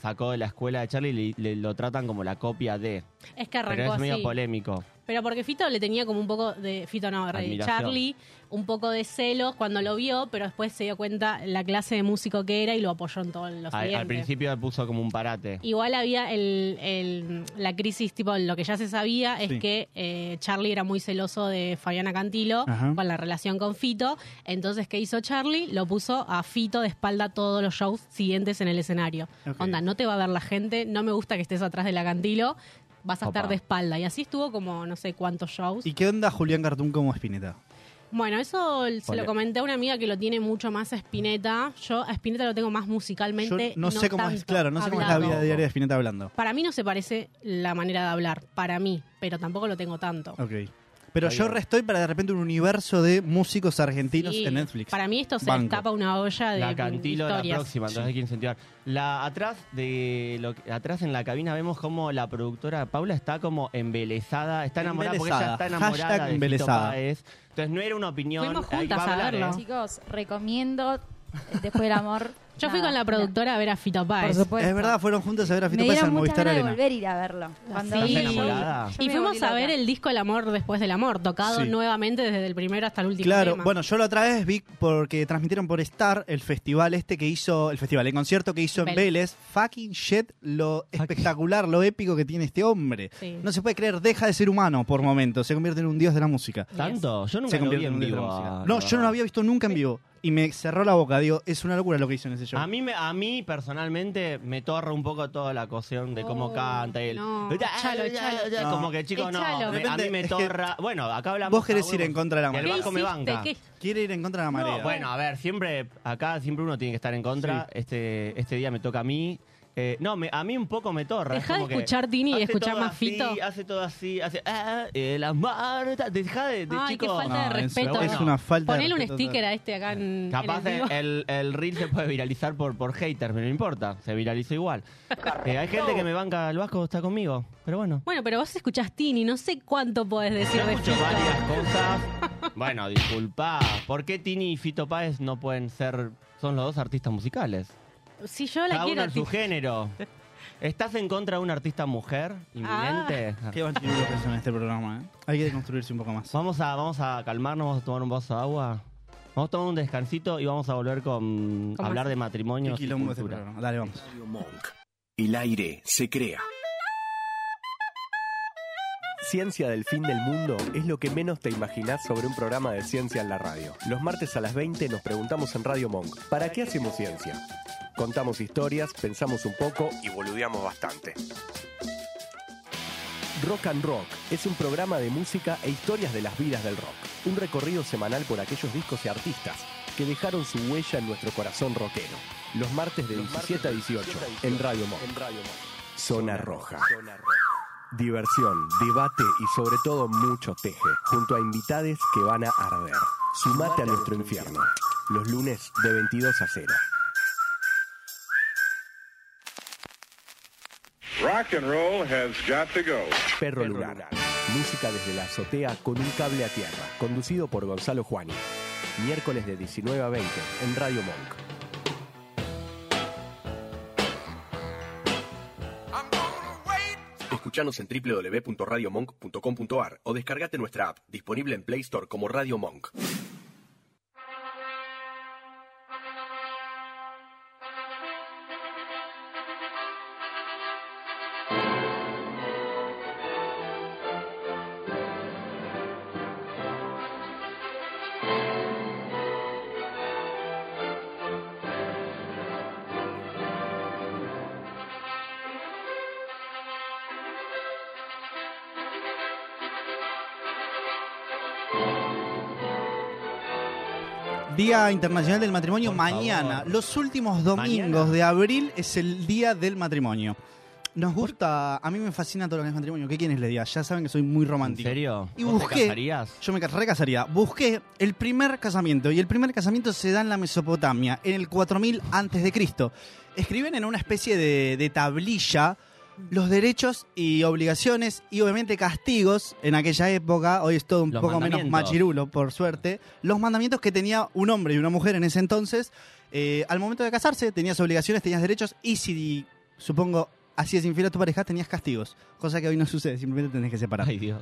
[SPEAKER 3] sacó de la escuela de Charlie y le- le- lo tratan como la copia de.
[SPEAKER 5] Es que arrancó
[SPEAKER 3] Pero es medio
[SPEAKER 5] así.
[SPEAKER 3] polémico.
[SPEAKER 5] Pero porque Fito le tenía como un poco de. Fito no, re-
[SPEAKER 3] Admiración.
[SPEAKER 5] Charlie, un poco de celos cuando lo vio, pero después se dio cuenta la clase de músico que era y lo apoyó en todo lo
[SPEAKER 3] Al,
[SPEAKER 5] siguiente.
[SPEAKER 3] al principio le puso como un parate.
[SPEAKER 5] Igual había el, el- la crisis, tipo, lo que ya se sabía es
[SPEAKER 4] Sí.
[SPEAKER 5] que eh, Charlie era muy celoso de Fabiana Cantilo
[SPEAKER 4] Ajá.
[SPEAKER 5] con la relación con Fito. Entonces, ¿qué hizo Charlie? Lo puso a Fito de espalda todos los shows siguientes en el escenario.
[SPEAKER 4] Ok.
[SPEAKER 5] Onda, no te va a ver la gente, no me gusta que estés atrás de la Cantilo, vas a
[SPEAKER 3] Opa.
[SPEAKER 5] estar de espalda. Y así estuvo como no sé cuántos shows.
[SPEAKER 4] ¿Y qué onda Julián Cartoon como Spinetta?
[SPEAKER 5] Bueno, eso l- se
[SPEAKER 3] Ole.
[SPEAKER 5] lo comenté a una amiga que lo tiene mucho más a Spinetta. Yo a Spinetta lo tengo más
[SPEAKER 4] Yo
[SPEAKER 5] musicalmente.
[SPEAKER 4] no sé cómo es,
[SPEAKER 5] tanto
[SPEAKER 4] claro, no sé cómo es la
[SPEAKER 5] hablado.
[SPEAKER 4] vida diaria de Spinetta hablando.
[SPEAKER 5] Para mí no se parece la manera de hablar, para mí, pero tampoco lo tengo tanto.
[SPEAKER 4] Ok. Pero
[SPEAKER 3] Está
[SPEAKER 4] yo
[SPEAKER 3] bien.
[SPEAKER 4] re estoy para de repente un universo de músicos argentinos
[SPEAKER 5] Sí,
[SPEAKER 4] en Netflix.
[SPEAKER 5] Para mí esto se
[SPEAKER 4] Banco.
[SPEAKER 5] escapa una olla de
[SPEAKER 3] La cantilo la
[SPEAKER 5] historias.
[SPEAKER 3] próxima, entonces hay que incentivar. La, atrás de lo que- atrás en la cabina vemos como la productora Paula está como embelesada, está enamorada porque ella
[SPEAKER 4] Embelesada.
[SPEAKER 3] está enamorada
[SPEAKER 4] Hashtag
[SPEAKER 3] de Fito
[SPEAKER 4] embelesada.
[SPEAKER 3] Páez. Entonces no era una opinión.
[SPEAKER 5] Fuimos
[SPEAKER 3] hay- va
[SPEAKER 5] juntas a
[SPEAKER 3] hablar,
[SPEAKER 5] verlo.
[SPEAKER 3] ¿eh?
[SPEAKER 7] Chicos, recomiendo eh, Después del amor.
[SPEAKER 5] Yo fui
[SPEAKER 7] nada,
[SPEAKER 5] con la productora a ver a Fito
[SPEAKER 7] nada.
[SPEAKER 5] Páez.
[SPEAKER 7] Por supuesto.
[SPEAKER 4] Es verdad, fueron juntos a ver a
[SPEAKER 7] Me
[SPEAKER 4] Fito Páez
[SPEAKER 7] dieron
[SPEAKER 4] al
[SPEAKER 7] muchas
[SPEAKER 4] Movistar
[SPEAKER 7] ganas de
[SPEAKER 4] Arena.
[SPEAKER 7] volver a ir a verlo. Cuando
[SPEAKER 5] Sí.
[SPEAKER 7] vi-
[SPEAKER 3] ¿Estás enamorada?
[SPEAKER 7] Yo
[SPEAKER 5] Y
[SPEAKER 7] me
[SPEAKER 5] fuimos
[SPEAKER 7] volví
[SPEAKER 5] a ver
[SPEAKER 7] loca.
[SPEAKER 5] el disco El amor después del amor, tocado
[SPEAKER 4] Sí.
[SPEAKER 5] nuevamente desde el primero hasta el último.
[SPEAKER 4] Claro,
[SPEAKER 5] tema.
[SPEAKER 4] bueno, yo la otra vez vi porque transmitieron por Star el festival este que hizo, el festival, el concierto que hizo en Vélez.
[SPEAKER 5] Vélez.
[SPEAKER 4] Fucking shit, lo espectacular, lo épico que tiene este hombre.
[SPEAKER 5] Sí.
[SPEAKER 4] No se puede creer, deja de ser humano por momentos, se convierte en un dios de la música.
[SPEAKER 3] Tanto, yo
[SPEAKER 4] se
[SPEAKER 3] nunca lo vi
[SPEAKER 4] convierte en
[SPEAKER 3] en
[SPEAKER 4] un dios de
[SPEAKER 3] vivo.
[SPEAKER 4] la música.
[SPEAKER 3] a-
[SPEAKER 4] No, yo no lo había visto nunca en vivo y me cerró la boca, digo, es una locura lo que hizo en ese show.
[SPEAKER 3] A mí, me- a mí personalmente me torra un poco toda la cuestión de cómo
[SPEAKER 7] Oh,
[SPEAKER 3] canta él.
[SPEAKER 5] no, echalo, echalo.
[SPEAKER 3] Como que chicos, no,
[SPEAKER 5] Echalo.
[SPEAKER 3] me- a mí me
[SPEAKER 4] Es que
[SPEAKER 3] torra. Bueno, acá hablamos.
[SPEAKER 4] Vos querés
[SPEAKER 3] ah,
[SPEAKER 4] ir en contra de la
[SPEAKER 3] y el
[SPEAKER 5] ¿Qué
[SPEAKER 4] marea.
[SPEAKER 3] banco me
[SPEAKER 5] hiciste?
[SPEAKER 3] banca.
[SPEAKER 5] ¿Qué?
[SPEAKER 4] Quiere ir en contra de la
[SPEAKER 3] No,
[SPEAKER 4] marea.
[SPEAKER 3] bueno, a ver, siempre, acá siempre uno tiene que estar en contra. Este, este día me toca a mí. Eh, no, me- a mí un poco me torra. es
[SPEAKER 5] Dejá de
[SPEAKER 3] como que
[SPEAKER 5] escuchar Tini y
[SPEAKER 3] hace
[SPEAKER 5] escuchar
[SPEAKER 3] todo
[SPEAKER 5] más
[SPEAKER 3] así,
[SPEAKER 5] Fito.
[SPEAKER 3] Hace todo así, hace. Ah, el amor. ta- Dejá de, de
[SPEAKER 5] Ay,
[SPEAKER 3] chico.
[SPEAKER 5] qué falta
[SPEAKER 4] No,
[SPEAKER 5] de
[SPEAKER 4] en
[SPEAKER 5] respeto.
[SPEAKER 3] serio,
[SPEAKER 4] es una falta de
[SPEAKER 5] Ponele un
[SPEAKER 4] respeto
[SPEAKER 5] sticker
[SPEAKER 4] total.
[SPEAKER 5] a este acá en,
[SPEAKER 3] Capaz
[SPEAKER 5] en el vivo.
[SPEAKER 3] el, el reel se puede viralizar por, por haters, pero no importa, se viralizó igual. Eh, hay gente que me banca al Vasco, está conmigo, pero bueno.
[SPEAKER 5] Bueno, pero vos escuchás Tini, no sé cuánto podés decir
[SPEAKER 3] Yo
[SPEAKER 5] de
[SPEAKER 3] escucho
[SPEAKER 5] Fito.
[SPEAKER 3] varias cosas. Bueno, disculpa, ¿por qué Tini y Fito Páez no pueden ser, son los dos artistas musicales?
[SPEAKER 5] Si yo la
[SPEAKER 3] Cada uno
[SPEAKER 4] Ah,
[SPEAKER 5] quiero a
[SPEAKER 3] en su
[SPEAKER 5] Tini.
[SPEAKER 3] género. ¿Estás en contra de una artista mujer inminente?
[SPEAKER 5] Ah.
[SPEAKER 4] Qué lo que son este programa, ¿eh? Hay que deconstruirse un poco más.
[SPEAKER 3] Vamos a, vamos a calmarnos, vamos a tomar un vaso de agua. Vamos a tomar un descansito y vamos a volver con
[SPEAKER 5] Con
[SPEAKER 3] hablar
[SPEAKER 5] más.
[SPEAKER 3] de
[SPEAKER 4] Qué
[SPEAKER 3] matrimonios y
[SPEAKER 4] quilombo este
[SPEAKER 3] cultura.
[SPEAKER 4] programa. Dale, vamos.
[SPEAKER 1] Radio Monk. El aire se crea.
[SPEAKER 8] Ciencia del fin del mundo es lo que menos te imaginás sobre un programa de ciencia en la radio. Los martes a las 20 nos preguntamos en Radio Monk, ¿para qué hacemos ciencia? Contamos historias, pensamos un poco y boludeamos bastante. Rock and Rock es un programa de música e historias de las vidas del rock. Un recorrido semanal por aquellos discos y artistas que dejaron su huella en nuestro corazón rockero. Los martes de 17 a 18 en Radio Monk. Zona Roja. Diversión, debate y sobre todo mucho teje, junto a invitades que van a arder. Sumate a nuestro infierno, los lunes de 22 a 0.
[SPEAKER 9] Rock and roll has got to go.
[SPEAKER 8] Perro, Lunar. Música desde la azotea con un cable a tierra, conducido por Gonzalo Juani. Miércoles de 19 a 20 en Radio Monk.
[SPEAKER 1] Escuchanos en www.radiomonk.com.ar o descargate nuestra app, disponible en Play Store como Radio Monk.
[SPEAKER 4] Día Internacional del Matrimonio
[SPEAKER 3] Por
[SPEAKER 4] mañana.
[SPEAKER 3] favor.
[SPEAKER 4] Los últimos domingos
[SPEAKER 3] Mañana.
[SPEAKER 4] de abril es el Día del Matrimonio. Nos gusta, a mí me fascina todo lo que es matrimonio. ¿Qué quieren le diga? Ya saben que soy muy
[SPEAKER 3] ¿En
[SPEAKER 4] romántico.
[SPEAKER 3] serio?
[SPEAKER 4] Y
[SPEAKER 3] ¿Vos te
[SPEAKER 4] busqué-
[SPEAKER 3] casarías?
[SPEAKER 4] Yo me ca- recasaría. Busqué el primer casamiento y el primer casamiento se da en la Mesopotamia, en el 4000 antes de Cristo. Escriben en una especie de, de tablilla los derechos y obligaciones y obviamente castigos en aquella época, hoy es todo un
[SPEAKER 3] Los
[SPEAKER 4] poco menos
[SPEAKER 3] mandamientos.
[SPEAKER 4] machirulo por suerte, los mandamientos que tenía un hombre y una mujer en ese entonces, eh, al momento de casarse tenías obligaciones, tenías derechos y si supongo así es infiel a tu pareja tenías castigos, cosa que hoy no sucede, simplemente tenés que separar.
[SPEAKER 3] Ay, Dios.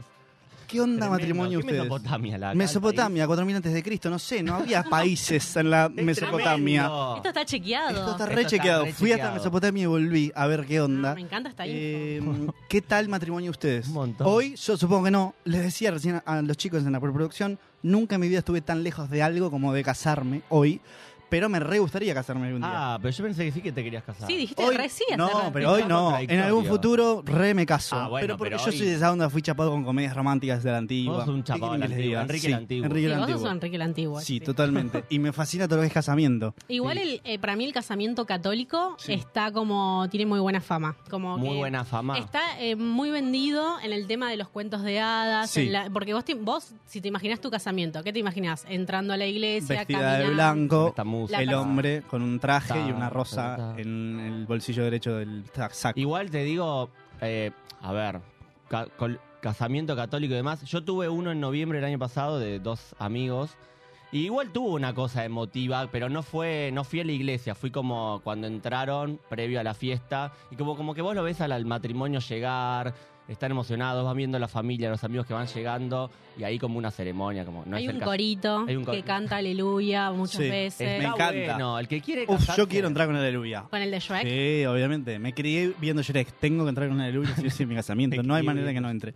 [SPEAKER 4] ¿Qué onda
[SPEAKER 3] Tremendo.
[SPEAKER 4] matrimonio
[SPEAKER 3] ¿Qué
[SPEAKER 4] ustedes?
[SPEAKER 3] Mesopotamia, la-
[SPEAKER 4] Mesopotamia, 4000 antes de Cristo, no sé, no había países en la
[SPEAKER 3] el país? Es
[SPEAKER 4] Mesopotamia.
[SPEAKER 3] tremendo.
[SPEAKER 5] Esto está chequeado.
[SPEAKER 4] Esto está
[SPEAKER 3] Esto
[SPEAKER 4] re
[SPEAKER 3] está
[SPEAKER 4] chequeado.
[SPEAKER 3] re
[SPEAKER 4] Fui hasta
[SPEAKER 3] chequeado.
[SPEAKER 4] Mesopotamia y volví a ver qué
[SPEAKER 5] Ah,
[SPEAKER 4] onda.
[SPEAKER 5] me encanta esta info.
[SPEAKER 4] Eh, ¿Qué tal matrimonio ustedes?
[SPEAKER 3] Un montón.
[SPEAKER 4] Hoy, yo supongo que no, les decía recién a los chicos en la preproducción, nunca en mi vida estuve tan lejos de algo como de casarme hoy, pero me re gustaría casarme algún día.
[SPEAKER 3] Ah, pero yo pensé que sí que te querías casar.
[SPEAKER 5] Sí, dijiste
[SPEAKER 4] Hoy,
[SPEAKER 5] recién.
[SPEAKER 4] no, pero hoy no. En
[SPEAKER 3] contradictorio.
[SPEAKER 4] algún futuro re me caso.
[SPEAKER 3] Ah, bueno,
[SPEAKER 4] pero porque
[SPEAKER 3] pero
[SPEAKER 4] yo
[SPEAKER 3] hoy-
[SPEAKER 4] soy de esa onda, fui chapado con comedias románticas de la antigua.
[SPEAKER 3] Vos sos un
[SPEAKER 4] ¿Qué
[SPEAKER 3] chapado
[SPEAKER 4] quieren
[SPEAKER 3] de la
[SPEAKER 4] que les
[SPEAKER 3] antigua,
[SPEAKER 4] diga?
[SPEAKER 3] Enrique
[SPEAKER 4] Sí,
[SPEAKER 3] el Antiguo.
[SPEAKER 4] Enrique el
[SPEAKER 5] vos sos
[SPEAKER 4] Antiguo.
[SPEAKER 5] Enrique el Antiguo.
[SPEAKER 4] Sí, totalmente. Y me fascina todo lo que es casamiento.
[SPEAKER 5] Igual el, eh, para mí el casamiento católico está como tiene muy buena fama, como
[SPEAKER 3] Muy
[SPEAKER 5] que
[SPEAKER 3] buena fama.
[SPEAKER 5] Está eh, muy vendido en el tema de los cuentos de hadas,
[SPEAKER 4] Sí.
[SPEAKER 5] en la- porque vos, te- vos si te imaginas tu casamiento, ¿qué te imaginas? Entrando a la iglesia,
[SPEAKER 4] Vestida de
[SPEAKER 5] caminando.
[SPEAKER 4] blanco,
[SPEAKER 3] Esta música.
[SPEAKER 4] el hombre con un traje
[SPEAKER 3] Ta,
[SPEAKER 4] y una rosa
[SPEAKER 3] ta, ta.
[SPEAKER 4] en el bolsillo derecho del ta- saco.
[SPEAKER 3] Igual te digo, eh, a ver, ca- col- casamiento católico y demás. Yo tuve uno en noviembre del año pasado de dos amigos. Y igual tuvo una cosa emotiva, pero no fue, no fui a la iglesia, fui como cuando entraron, previo a la fiesta, y como, como que vos lo ves al, al matrimonio llegar, están emocionados, van viendo la familia, los amigos que van llegando, y ahí como una ceremonia, como no
[SPEAKER 5] hay,
[SPEAKER 3] es el
[SPEAKER 5] un
[SPEAKER 3] cas-
[SPEAKER 5] corito
[SPEAKER 3] Hay un cor-
[SPEAKER 5] que canta aleluya muchas
[SPEAKER 4] Sí,
[SPEAKER 5] veces.
[SPEAKER 4] me
[SPEAKER 3] Está
[SPEAKER 4] encanta.
[SPEAKER 3] bueno, el que quiere
[SPEAKER 4] Uf, yo
[SPEAKER 3] casarse-
[SPEAKER 4] quiero entrar con aleluya.
[SPEAKER 5] Con el de Shrek.
[SPEAKER 4] Sí, obviamente. Me crié viendo Shrek. Tengo que entrar con aleluya sí, o sí, en mi casamiento.
[SPEAKER 3] Me
[SPEAKER 4] No hay
[SPEAKER 3] crié
[SPEAKER 4] manera que
[SPEAKER 3] viendo-
[SPEAKER 4] no entre.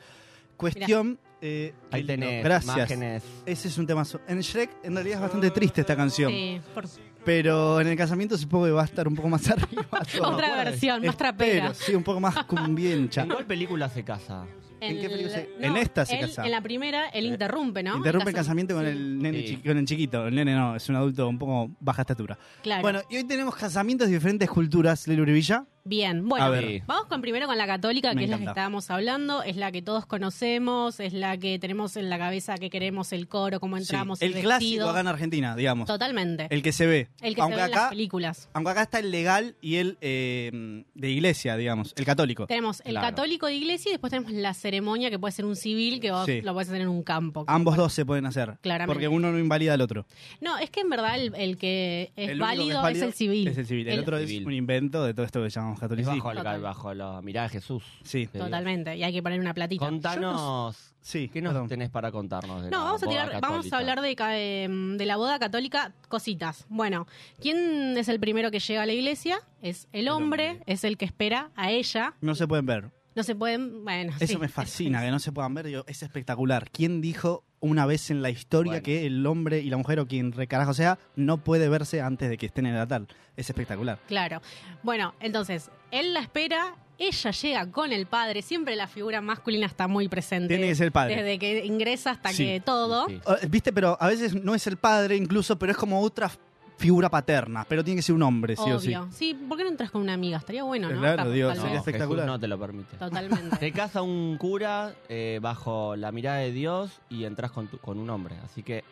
[SPEAKER 4] Cuestión. eh,
[SPEAKER 3] Ahí
[SPEAKER 4] qué lindo.
[SPEAKER 3] tenés
[SPEAKER 4] Gracias.
[SPEAKER 3] imágenes.
[SPEAKER 4] Ese es un temazo. En Shrek, en realidad es bastante triste esta canción.
[SPEAKER 5] Sí, por-
[SPEAKER 4] Pero en el casamiento supongo que va a estar un poco más arriba. todo.
[SPEAKER 5] otra
[SPEAKER 3] puede.
[SPEAKER 5] versión, más
[SPEAKER 4] Espero,
[SPEAKER 5] trapera.
[SPEAKER 4] sí, un poco más cumbiencha.
[SPEAKER 3] ¿En cuál película se casa?
[SPEAKER 4] ¿en qué película se-
[SPEAKER 5] no,
[SPEAKER 4] en esta se
[SPEAKER 5] él-
[SPEAKER 4] casa?
[SPEAKER 5] En la primera, él interrumpe, ¿no?
[SPEAKER 4] Interrumpe el casamiento con
[SPEAKER 5] sí,
[SPEAKER 4] el nene
[SPEAKER 3] Sí.
[SPEAKER 4] chi- con el chiquito. El nene no, es un adulto un poco baja estatura.
[SPEAKER 5] Claro.
[SPEAKER 4] Bueno, y hoy tenemos casamientos de diferentes culturas, Lelu Brivilla.
[SPEAKER 5] Bien, bueno,
[SPEAKER 4] A ver.
[SPEAKER 5] vamos con primero con la católica,
[SPEAKER 4] Me
[SPEAKER 5] que es la que
[SPEAKER 4] encanta.
[SPEAKER 5] estábamos hablando, es la que todos conocemos, es la que tenemos en la cabeza que queremos el coro, cómo entramos,
[SPEAKER 4] Sí, el
[SPEAKER 5] vestido.
[SPEAKER 4] clásico acá en Argentina, digamos.
[SPEAKER 5] Totalmente. El,
[SPEAKER 4] El que se ve.
[SPEAKER 5] que se
[SPEAKER 4] aunque
[SPEAKER 5] ve en las
[SPEAKER 4] acá,
[SPEAKER 5] películas.
[SPEAKER 4] aunque acá está el legal y el eh, de iglesia, digamos, el católico.
[SPEAKER 5] Tenemos el
[SPEAKER 3] Claro.
[SPEAKER 5] católico de iglesia y después tenemos la ceremonia que puede ser un civil que vos
[SPEAKER 4] Sí. Ah.
[SPEAKER 5] lo puedes hacer en un campo.
[SPEAKER 4] Ambos dos se pueden hacer.
[SPEAKER 5] Claramente.
[SPEAKER 4] Porque uno no invalida al otro.
[SPEAKER 5] No, es que en verdad el, el que es
[SPEAKER 4] El único que
[SPEAKER 5] válido es el civil.
[SPEAKER 4] Es el civil. El,
[SPEAKER 5] El-
[SPEAKER 4] otro es
[SPEAKER 3] Civil.
[SPEAKER 4] un invento de todo esto que llamamos digamos,
[SPEAKER 3] Es
[SPEAKER 4] catolicismo.
[SPEAKER 3] bajo, el-
[SPEAKER 5] Total.
[SPEAKER 3] bajo la mirada de Jesús.
[SPEAKER 4] Sí,
[SPEAKER 3] de Dios.
[SPEAKER 5] Totalmente. Y hay que poner una platita.
[SPEAKER 3] Contanos.
[SPEAKER 4] sí,
[SPEAKER 3] ¿Qué nos
[SPEAKER 4] perdón.
[SPEAKER 3] tenés para contarnos? De la
[SPEAKER 5] No, vamos a
[SPEAKER 3] boda
[SPEAKER 5] tirar, vamos
[SPEAKER 3] católica?
[SPEAKER 5] a hablar de, ca- em, de la boda católica, cositas. Bueno, ¿quién es el primero que llega a la iglesia? Es el hombre, es el que espera a ella.
[SPEAKER 4] No se pueden ver.
[SPEAKER 5] No se pueden, bueno,
[SPEAKER 4] Eso
[SPEAKER 5] sí,
[SPEAKER 4] me fascina, que no se puedan ver. Yo, es espectacular. ¿Quién dijo una vez en la historia
[SPEAKER 3] Bueno.
[SPEAKER 4] que el hombre y la mujer o quien recarajo sea no puede verse antes de que estén en el altar? Es espectacular.
[SPEAKER 5] Claro. Bueno, entonces, él la espera, ella llega con el padre, siempre la figura masculina está muy presente.
[SPEAKER 4] Tiene que ser el padre.
[SPEAKER 5] Desde que ingresa hasta
[SPEAKER 4] Sí.
[SPEAKER 5] que todo.
[SPEAKER 3] Sí, sí.
[SPEAKER 4] Eh, Viste, pero a veces no es el padre incluso, pero es como otra figura paterna. Pero tiene que ser un hombre, sí o sí.
[SPEAKER 5] Obvio. Sí, ¿por qué no entras con una amiga? Estaría bueno, ¿no?
[SPEAKER 4] Claro,
[SPEAKER 5] Capaz,
[SPEAKER 4] digo,
[SPEAKER 5] tal
[SPEAKER 4] sí,
[SPEAKER 3] No,
[SPEAKER 5] vez.
[SPEAKER 4] es espectacular.
[SPEAKER 3] Jesús no te lo permite.
[SPEAKER 5] Totalmente.
[SPEAKER 3] Te casa un cura eh, bajo la mirada de Dios y entras con, tu- con un hombre. Así que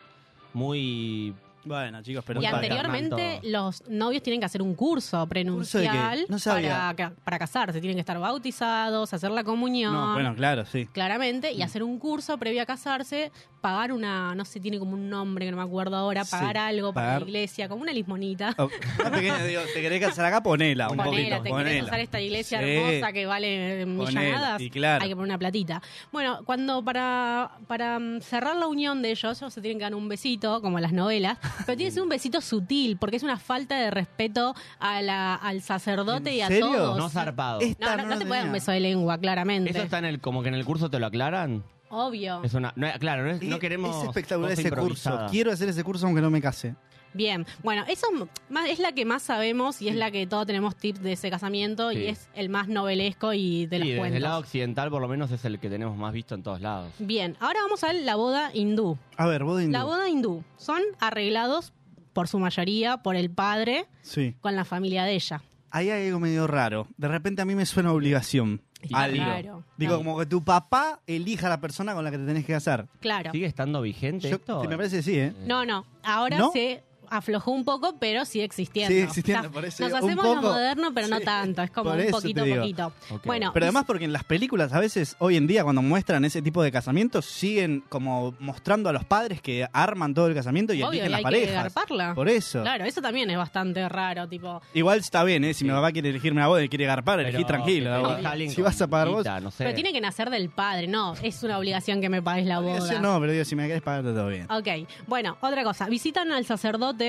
[SPEAKER 3] muy...
[SPEAKER 4] Bueno, chicos, pero
[SPEAKER 5] y
[SPEAKER 4] un padre.
[SPEAKER 5] anteriormente
[SPEAKER 3] Tanto.
[SPEAKER 5] los novios tienen que hacer un curso
[SPEAKER 4] ¿Curso de qué?
[SPEAKER 5] prenuncial
[SPEAKER 4] No sabía.
[SPEAKER 5] para, ca- para casarse. Tienen que estar bautizados, hacer la comunión.
[SPEAKER 4] No, bueno, Mm. claro, sí.
[SPEAKER 5] Claramente, y hacer un curso previo a casarse, pagar una, no sé, tiene como un nombre que no me acuerdo ahora,
[SPEAKER 4] Sí,
[SPEAKER 5] pagar algo para
[SPEAKER 4] pagar-
[SPEAKER 5] la iglesia, como una lismonita.
[SPEAKER 4] Oh, más pequeña, digo, te querés casar acá, ponela un
[SPEAKER 5] Ponela,
[SPEAKER 4] poquito.
[SPEAKER 5] te querés
[SPEAKER 4] ponela.
[SPEAKER 5] usar esta iglesia
[SPEAKER 4] Sí,
[SPEAKER 5] hermosa que vale eh,
[SPEAKER 4] ponela,
[SPEAKER 5] millanadas.
[SPEAKER 4] y claro.
[SPEAKER 5] Hay que poner una platita. Bueno, cuando para, para mm, cerrar la unión de ellos, ellos se tienen que dar un besito, como en las novelas, pero tiene que ser un besito sutil, porque es una falta de respeto a la- al sacerdote
[SPEAKER 4] ¿En
[SPEAKER 5] y a
[SPEAKER 4] serio?
[SPEAKER 5] todos.
[SPEAKER 3] No zarpado.
[SPEAKER 4] Esta
[SPEAKER 5] No, no,
[SPEAKER 4] no
[SPEAKER 5] no
[SPEAKER 4] lo
[SPEAKER 5] te puede dar
[SPEAKER 4] tenía.
[SPEAKER 5] un beso de lengua, claramente.
[SPEAKER 3] Eso está en el... Como que en el curso te lo aclaran.
[SPEAKER 5] Obvio.
[SPEAKER 3] Es una... no, claro, no, es- no queremos...
[SPEAKER 4] Es espectacular
[SPEAKER 3] cosa
[SPEAKER 4] ese curso.
[SPEAKER 3] improvisada.
[SPEAKER 4] Quiero hacer ese curso aunque no me case.
[SPEAKER 5] Bien, bueno, eso m- más, es la que más sabemos y es la que todos tenemos tips de ese casamiento
[SPEAKER 3] Sí.
[SPEAKER 5] y es el más novelesco y de los
[SPEAKER 3] Sí, desde
[SPEAKER 5] cuentos.
[SPEAKER 3] el lado occidental por lo menos es el que tenemos más visto en todos lados.
[SPEAKER 5] Bien, ahora vamos a la boda hindú.
[SPEAKER 4] A ver, vos
[SPEAKER 5] La boda hindú son arreglados por su mayoría por el padre
[SPEAKER 4] Sí.
[SPEAKER 5] con la familia de ella.
[SPEAKER 4] Ahí hay algo medio raro. De repente a mí me suena obligación.
[SPEAKER 3] Y
[SPEAKER 4] Algo.
[SPEAKER 5] claro.
[SPEAKER 4] Digo,
[SPEAKER 5] Claro.
[SPEAKER 4] como que tu papá elija a la persona con la que te tenés que casar.
[SPEAKER 5] Claro.
[SPEAKER 3] ¿Sigue estando vigente
[SPEAKER 4] Yo-
[SPEAKER 3] esto?
[SPEAKER 4] sí, me parece que sí, ¿eh?
[SPEAKER 5] No, no, ahora
[SPEAKER 4] ¿No?
[SPEAKER 5] se aflojó un poco, pero sigue existiendo.
[SPEAKER 4] Sigue existiendo,
[SPEAKER 5] O sea,
[SPEAKER 4] por eso
[SPEAKER 5] Nos
[SPEAKER 4] digo, un
[SPEAKER 5] hacemos lo
[SPEAKER 4] poco.
[SPEAKER 5] moderno, pero no
[SPEAKER 4] Sí,
[SPEAKER 5] tanto, es como
[SPEAKER 4] por
[SPEAKER 5] un
[SPEAKER 4] eso
[SPEAKER 5] poquito,
[SPEAKER 4] te digo.
[SPEAKER 5] poquito.
[SPEAKER 3] Ok.
[SPEAKER 5] Bueno,
[SPEAKER 4] Pero
[SPEAKER 5] y-
[SPEAKER 4] además porque en las películas a veces, hoy en día, cuando muestran ese tipo de casamientos, siguen como mostrando a los padres que arman todo el casamiento y
[SPEAKER 5] obvio, y
[SPEAKER 4] eligen las
[SPEAKER 5] hay que
[SPEAKER 4] parejas.
[SPEAKER 5] garparla.
[SPEAKER 4] Por eso.
[SPEAKER 5] Claro, eso también es bastante raro, tipo,
[SPEAKER 4] Igual está bien, ¿eh? Si
[SPEAKER 3] Sí.
[SPEAKER 4] mi papá quiere elegirme a vos y quiere garpar,
[SPEAKER 3] Pero
[SPEAKER 4] elegí
[SPEAKER 3] que
[SPEAKER 4] tranquilo. la
[SPEAKER 3] te
[SPEAKER 4] verdad.
[SPEAKER 3] elija alguien
[SPEAKER 4] Si
[SPEAKER 3] con
[SPEAKER 4] vas a pagar vos...
[SPEAKER 3] guita, no sé.
[SPEAKER 5] Pero tiene que nacer del padre, no. Es una obligación que me pagues la boda.
[SPEAKER 4] Obligación eh, No, pero digo, si me querés pagar, está todo bien.
[SPEAKER 5] Ok, bueno, otra cosa. Visitan al sacerdote,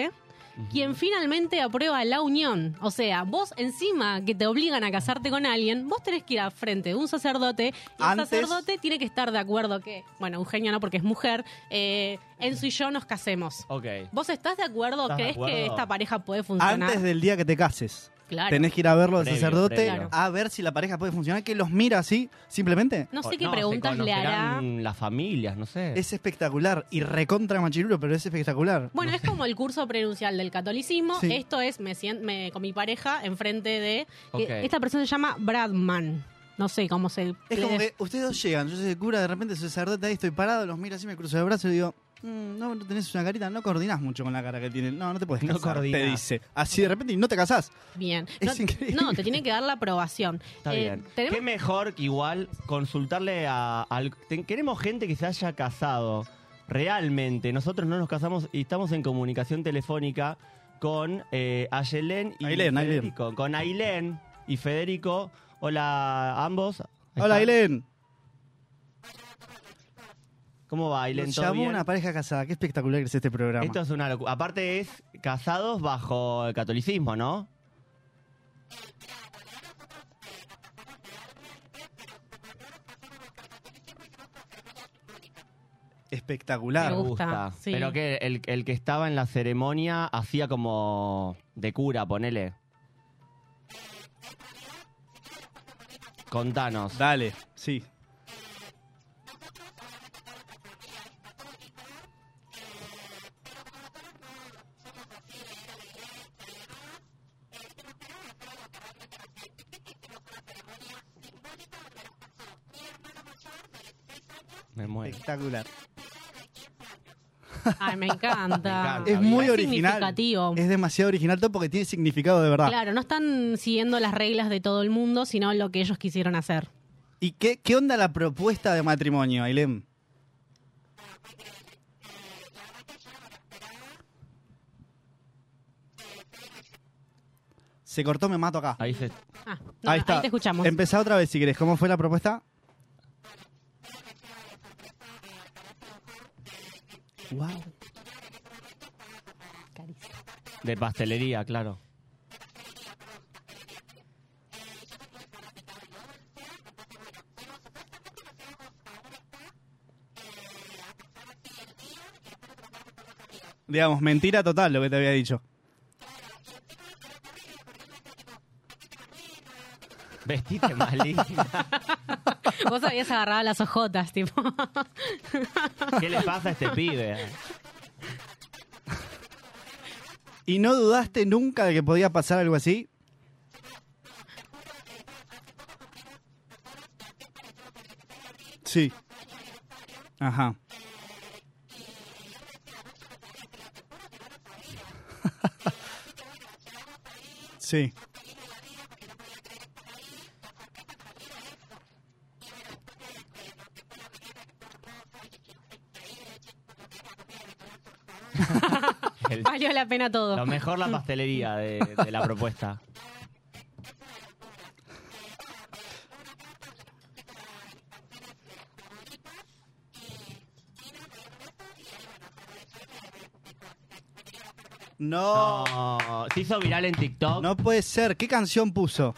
[SPEAKER 5] quien finalmente aprueba la unión. O sea, vos encima que te obligan a casarte con alguien, vos tenés que ir al frente de un sacerdote. Y
[SPEAKER 4] Antes-
[SPEAKER 5] el sacerdote tiene que estar de acuerdo que, bueno, Eugenia no porque es mujer, eh, Enzo y yo nos casemos.
[SPEAKER 3] Ok.
[SPEAKER 5] ¿Vos estás de acuerdo?
[SPEAKER 3] ¿Estás de
[SPEAKER 5] ¿Crees que
[SPEAKER 3] acuerdo?
[SPEAKER 5] esta pareja puede funcionar?
[SPEAKER 4] Antes del día que te cases.
[SPEAKER 5] Claro.
[SPEAKER 4] Tenés que ir a verlo al
[SPEAKER 3] Previo,
[SPEAKER 4] sacerdote
[SPEAKER 3] previo.
[SPEAKER 4] a ver si la pareja puede funcionar, que los mira así, simplemente.
[SPEAKER 5] No sé
[SPEAKER 3] O-
[SPEAKER 5] qué
[SPEAKER 3] Oh, se
[SPEAKER 5] preguntas le hará.
[SPEAKER 3] conocerán las familias, no sé.
[SPEAKER 4] Es espectacular y recontra machirulo, pero es espectacular.
[SPEAKER 5] Bueno, es como el curso prenuncial del catolicismo.
[SPEAKER 4] Sí.
[SPEAKER 5] Esto es me, sien- me- con mi pareja enfrente de. que
[SPEAKER 3] Ok.
[SPEAKER 5] Esta persona se llama Bradman. No sé cómo se.
[SPEAKER 4] Es como
[SPEAKER 3] eh.
[SPEAKER 4] que ustedes dos llegan, yo soy el cura, de repente soy sacerdote, ahí estoy parado, los miro así, me cruzo de brazos y digo, "Mm, no, no tenés una carita, no coordinás mucho con la cara que tienen. No, no te puedes
[SPEAKER 3] No
[SPEAKER 4] casar,
[SPEAKER 3] coordinás.
[SPEAKER 4] te dice. Así de repente y no te casás.
[SPEAKER 5] Bien. No,
[SPEAKER 4] Es increíble.
[SPEAKER 5] no, te tiene que dar la aprobación.
[SPEAKER 3] Está
[SPEAKER 5] Eh,
[SPEAKER 3] bien.
[SPEAKER 5] tenemos-
[SPEAKER 3] Qué mejor que igual consultarle a... al- ten- queremos gente que se haya casado realmente. Nosotros no nos casamos y estamos en comunicación telefónica con eh, Ayelén y
[SPEAKER 4] Ailén, Ailén.
[SPEAKER 3] Federico. Con Ailén y Federico. Hola, ambos. Ahí
[SPEAKER 4] Hola,
[SPEAKER 3] está.
[SPEAKER 4] Ailén.
[SPEAKER 3] ¿Cómo va, Ailén?
[SPEAKER 4] Nos
[SPEAKER 3] ¿Todo
[SPEAKER 4] llamó
[SPEAKER 3] bien?
[SPEAKER 4] una pareja casada. Qué espectacular que es este programa.
[SPEAKER 3] Esto es una locura. Aparte es casados bajo el catolicismo, ¿no?
[SPEAKER 4] Espectacular.
[SPEAKER 5] Me gusta, sí.
[SPEAKER 3] Pero que el, el que estaba en la ceremonia hacía como de cura, ponele. Contanos.
[SPEAKER 4] Dale, sí.
[SPEAKER 3] Me muero.
[SPEAKER 4] Espectacular.
[SPEAKER 5] Ay, me encanta.
[SPEAKER 3] Me encanta.
[SPEAKER 4] Es muy
[SPEAKER 5] Es
[SPEAKER 4] original.
[SPEAKER 5] significativo.
[SPEAKER 4] Es demasiado original todo porque tiene significado de verdad.
[SPEAKER 5] Claro, no están siguiendo las reglas de todo el mundo, sino lo que ellos quisieron hacer.
[SPEAKER 4] ¿Y qué, qué onda la propuesta de matrimonio, Ailem? Se cortó, me mato acá.
[SPEAKER 3] Ahí se.
[SPEAKER 5] Ah, no,
[SPEAKER 4] ahí
[SPEAKER 5] no,
[SPEAKER 4] está.
[SPEAKER 5] te escuchamos.
[SPEAKER 4] Empezá otra vez si querés. ¿Cómo fue la propuesta? Wow.
[SPEAKER 3] De pastelería, claro.
[SPEAKER 4] Digamos, mentira total lo que te había dicho.
[SPEAKER 3] Vestite malísimo.
[SPEAKER 5] Vos habías agarrado las ojotas, tipo.
[SPEAKER 3] ¿Qué le pasa a este pibe?
[SPEAKER 4] ¿Y no dudaste nunca de que podía pasar algo así? Sí. Ajá. sí.
[SPEAKER 3] El-
[SPEAKER 5] Valió la pena todo.
[SPEAKER 3] lo mejor la pastelería de, de la propuesta.
[SPEAKER 4] No.
[SPEAKER 3] No, se hizo viral en TikTok.
[SPEAKER 4] No puede ser. ¿Qué canción puso?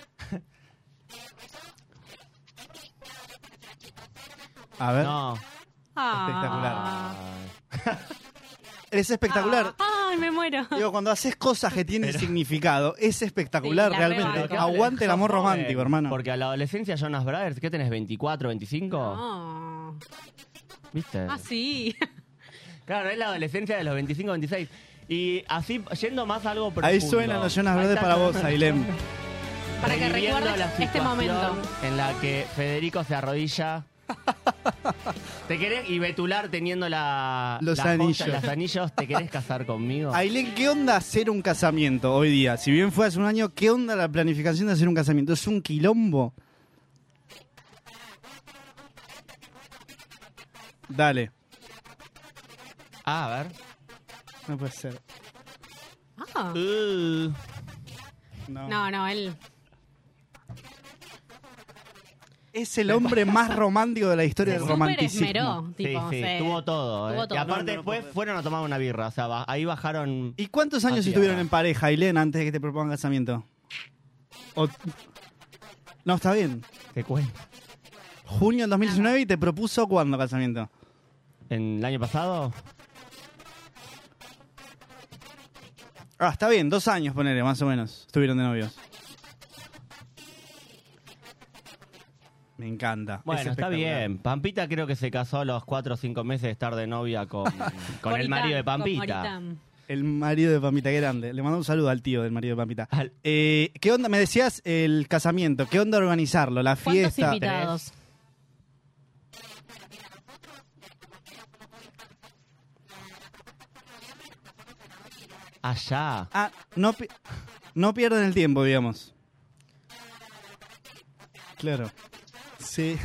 [SPEAKER 4] A ver.
[SPEAKER 3] No.
[SPEAKER 5] Ah.
[SPEAKER 4] Es espectacular.
[SPEAKER 5] Ah, Ay, me muero.
[SPEAKER 4] Digo, cuando haces cosas que tienen significado, es espectacular
[SPEAKER 5] Sí, la
[SPEAKER 4] realmente.
[SPEAKER 5] rebanco.
[SPEAKER 4] Aguante el amor romántico, hermano.
[SPEAKER 3] Porque a la adolescencia Jonas Brothers, ¿qué tenés? ¿24, 25?
[SPEAKER 5] No.
[SPEAKER 3] ¿Viste?
[SPEAKER 5] Ah, sí.
[SPEAKER 3] Claro, es la adolescencia de los 25, 26. Y así, yendo más a algo profundo.
[SPEAKER 4] Ahí suenan los Jonas
[SPEAKER 3] Ahí
[SPEAKER 4] Brothers
[SPEAKER 3] está
[SPEAKER 4] para
[SPEAKER 3] Jonas-
[SPEAKER 4] vos, Ailem.
[SPEAKER 5] Para que
[SPEAKER 3] Reviviendo
[SPEAKER 5] recuerdes
[SPEAKER 3] la
[SPEAKER 5] este
[SPEAKER 3] situación
[SPEAKER 5] momento.
[SPEAKER 3] En la que Federico se arrodilla. ¿Te querés? Y Betular teniendo la,
[SPEAKER 4] Los
[SPEAKER 3] la joya,
[SPEAKER 4] anillos.
[SPEAKER 3] los anillos, ¿te querés casar conmigo?
[SPEAKER 4] Ailem, ¿qué onda hacer un casamiento hoy día? Si bien fue hace un año, ¿qué onda la planificación de hacer un casamiento? ¿Es un quilombo? Dale.
[SPEAKER 3] Ah, a ver.
[SPEAKER 4] No puede ser.
[SPEAKER 5] Ah.
[SPEAKER 3] Uh,
[SPEAKER 4] No.
[SPEAKER 5] No, no, él.
[SPEAKER 4] Es el hombre más romántico de la historia del
[SPEAKER 5] Súper
[SPEAKER 4] romanticismo.
[SPEAKER 5] esmeró.
[SPEAKER 3] sí,
[SPEAKER 5] Tipo,
[SPEAKER 3] sí,
[SPEAKER 5] se-
[SPEAKER 3] tuvo todo. eh.
[SPEAKER 5] tuvo todo.
[SPEAKER 3] Y aparte
[SPEAKER 4] No, no, no
[SPEAKER 3] después
[SPEAKER 4] puedo.
[SPEAKER 3] fueron a tomar una birra. O sea, ba- ahí bajaron...
[SPEAKER 4] ¿Y cuántos años
[SPEAKER 3] Así
[SPEAKER 4] estuvieron
[SPEAKER 3] era.
[SPEAKER 4] en pareja, Ailén, antes de que te propongan casamiento? O- No, está bien.
[SPEAKER 3] Te cuento.
[SPEAKER 4] Junio del 2019 y te propuso cuándo casamiento.
[SPEAKER 3] ¿En el año pasado?
[SPEAKER 4] Ah, está bien, dos años, ponele, más o menos. Estuvieron de novios. Me encanta. Es
[SPEAKER 3] Bueno, está
[SPEAKER 4] espectacular.
[SPEAKER 3] bien. Pampita creo que se casó a los 4 o 5 meses de estar de novia con, con el
[SPEAKER 5] Moritán,
[SPEAKER 3] marido de
[SPEAKER 5] con
[SPEAKER 3] Pampita.
[SPEAKER 5] Moritán.
[SPEAKER 4] El marido de Pampita, qué grande. Le mando un saludo al tío del marido de Pampita.
[SPEAKER 3] Al-
[SPEAKER 4] Eh, ¿Qué onda? Me decías el casamiento. ¿Qué onda organizarlo? La
[SPEAKER 5] ¿Cuántos
[SPEAKER 4] fiesta.
[SPEAKER 5] invitados?
[SPEAKER 3] Allá.
[SPEAKER 4] Ah, no, pi- no pierden el tiempo, digamos. Claro. Sí.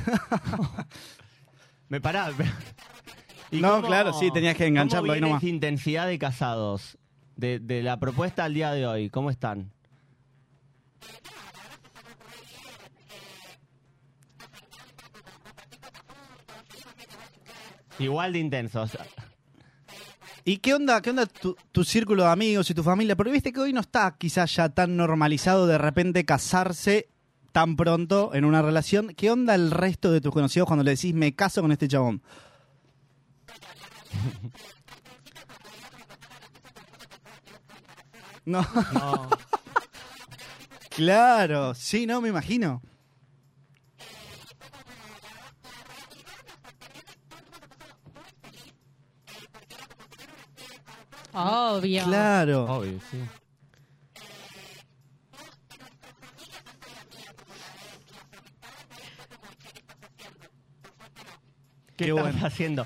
[SPEAKER 3] Me pará. ¿Y
[SPEAKER 4] No, claro, sí, tenías que engancharlo
[SPEAKER 3] ¿cómo
[SPEAKER 4] ahí
[SPEAKER 3] viene
[SPEAKER 4] nomás.
[SPEAKER 3] esa intensidad de casados? De, de la propuesta al día de hoy, ¿cómo están? Igual de intensos.
[SPEAKER 4] ¿Y qué onda, qué onda tu, tu círculo de amigos y tu familia? Porque viste que hoy no está quizás ya tan normalizado de repente casarse tan pronto en una relación. ¿Qué onda el resto de tus conocidos cuando le decís me caso con este chabón? No,
[SPEAKER 3] No.
[SPEAKER 4] claro, sí, no, me imagino.
[SPEAKER 5] Obvio.
[SPEAKER 4] Claro.
[SPEAKER 3] Obvio, sí. ¿Qué,
[SPEAKER 4] Qué
[SPEAKER 3] estás
[SPEAKER 4] bueno.
[SPEAKER 3] haciendo?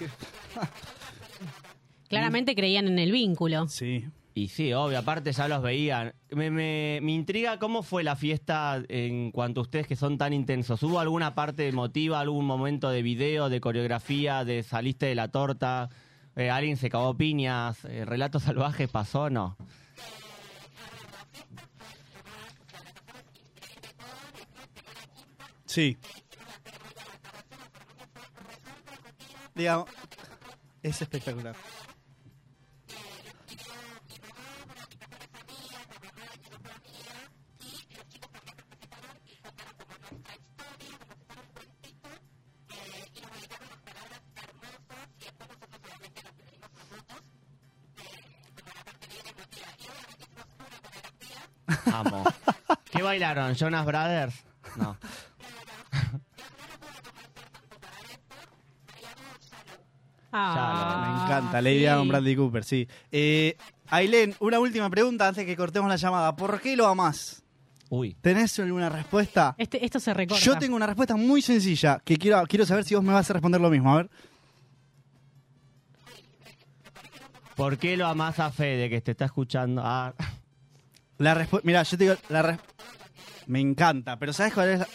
[SPEAKER 5] Claramente creían en el vínculo.
[SPEAKER 4] Sí.
[SPEAKER 3] Y sí, obvio, aparte ya los veían. Me, me- me intriga cómo fue la fiesta en cuanto a ustedes que son tan intensos. ¿Hubo alguna parte emotiva, algún momento de video, de coreografía, de saliste de la torta? Eh, ¿Alguien se cagó piñas? Eh, ¿Relatos salvajes pasó? No.
[SPEAKER 4] Sí. Digamos, es espectacular.
[SPEAKER 3] Amo. ¿Qué bailaron? ¿Jonas Brothers? No.
[SPEAKER 4] Me
[SPEAKER 5] Ah,
[SPEAKER 4] encanta, Lady
[SPEAKER 5] sí.
[SPEAKER 4] Gaga con Bradley Cooper, sí. Eh, Ailén, una última pregunta antes que cortemos la llamada. ¿Por qué lo amás?
[SPEAKER 3] Uy.
[SPEAKER 4] ¿Tenés alguna respuesta?
[SPEAKER 5] Este, esto se recorta.
[SPEAKER 4] Yo tengo una respuesta muy sencilla que quiero, quiero saber si vos me vas a responder lo mismo. A ver.
[SPEAKER 3] ¿Por qué lo amás a Fede que te está escuchando? Ah,
[SPEAKER 4] La respuesta. Mirá, yo te digo. La res- Me encanta, pero ¿sabes cuál es la.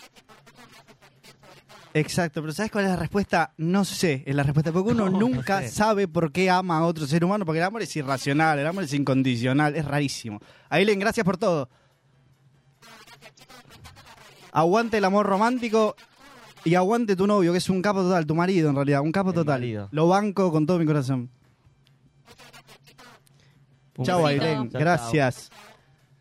[SPEAKER 4] Exacto, pero ¿sabes cuál es la respuesta? No sé, es la respuesta. Porque uno
[SPEAKER 3] No, no
[SPEAKER 4] nunca
[SPEAKER 3] sé.
[SPEAKER 4] sabe por qué ama a otro ser humano, porque el amor es irracional, el amor es incondicional, es rarísimo. Aileen, gracias por todo. Aguante el amor romántico y aguante tu novio, que es un capo total, tu marido en realidad, un capo
[SPEAKER 3] El
[SPEAKER 4] total.
[SPEAKER 3] marido.
[SPEAKER 4] Lo banco con todo mi corazón.
[SPEAKER 3] un
[SPEAKER 4] Chau,
[SPEAKER 3] besito.
[SPEAKER 4] Ailén,
[SPEAKER 3] Chau,
[SPEAKER 4] gracias.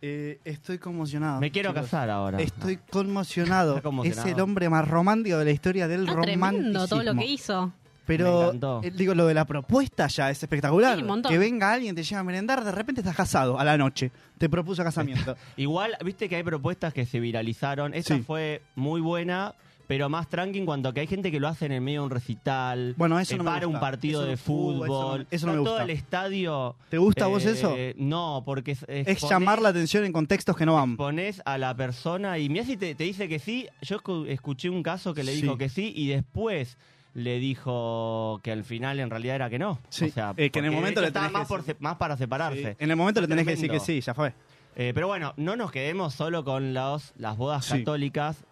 [SPEAKER 4] Eh, estoy conmocionado.
[SPEAKER 3] chau. Me quiero
[SPEAKER 4] chicos.
[SPEAKER 3] casar ahora.
[SPEAKER 4] Estoy conmocionado.
[SPEAKER 3] Está conmocionado.
[SPEAKER 4] Es el hombre más romántico de la historia del
[SPEAKER 5] Ah,
[SPEAKER 4] romanticismo.
[SPEAKER 5] tremendo todo lo que hizo.
[SPEAKER 3] Me
[SPEAKER 4] Pero
[SPEAKER 3] encantó.
[SPEAKER 4] eh, digo, lo de la propuesta ya es espectacular.
[SPEAKER 5] Sí, un montón.
[SPEAKER 4] que venga alguien, te lleva a merendar, de repente estás casado a la noche. Te propuso casamiento.
[SPEAKER 3] Igual, viste que hay propuestas que se viralizaron. Esta
[SPEAKER 4] Sí.
[SPEAKER 3] fue muy buena, pero más tranqui en cuanto a que hay gente que lo hace en el medio de un recital.
[SPEAKER 4] Bueno, eso
[SPEAKER 3] eh,
[SPEAKER 4] no me
[SPEAKER 3] Para
[SPEAKER 4] gusta.
[SPEAKER 3] un partido
[SPEAKER 4] Eso no-
[SPEAKER 3] de
[SPEAKER 4] uh, eso no me-
[SPEAKER 3] fútbol.
[SPEAKER 4] eso no me
[SPEAKER 3] Está Todo
[SPEAKER 4] gusta.
[SPEAKER 3] el estadio. eh,
[SPEAKER 4] ¿Te gusta a vos eso?
[SPEAKER 3] No, porque es,
[SPEAKER 4] es llamar la atención en contextos que no van.
[SPEAKER 3] Pones a la persona y mirá si te, te dice que sí. Yo escu- escuché un caso que le dijo
[SPEAKER 4] Sí.
[SPEAKER 3] que sí y después le dijo que al final en realidad era que no.
[SPEAKER 4] Sí,
[SPEAKER 3] O sea,
[SPEAKER 4] eh, que en el
[SPEAKER 3] porque
[SPEAKER 4] momento
[SPEAKER 3] esto
[SPEAKER 4] le
[SPEAKER 3] estaba
[SPEAKER 4] tenés que
[SPEAKER 3] más, por
[SPEAKER 4] decir-
[SPEAKER 3] se- más para separarse.
[SPEAKER 4] En el momento le tenés que decir que
[SPEAKER 3] Tremendo.
[SPEAKER 4] sí, ya fue.
[SPEAKER 3] Eh, pero bueno, no nos quedemos solo con los- las bodas
[SPEAKER 4] Sí.
[SPEAKER 3] católicas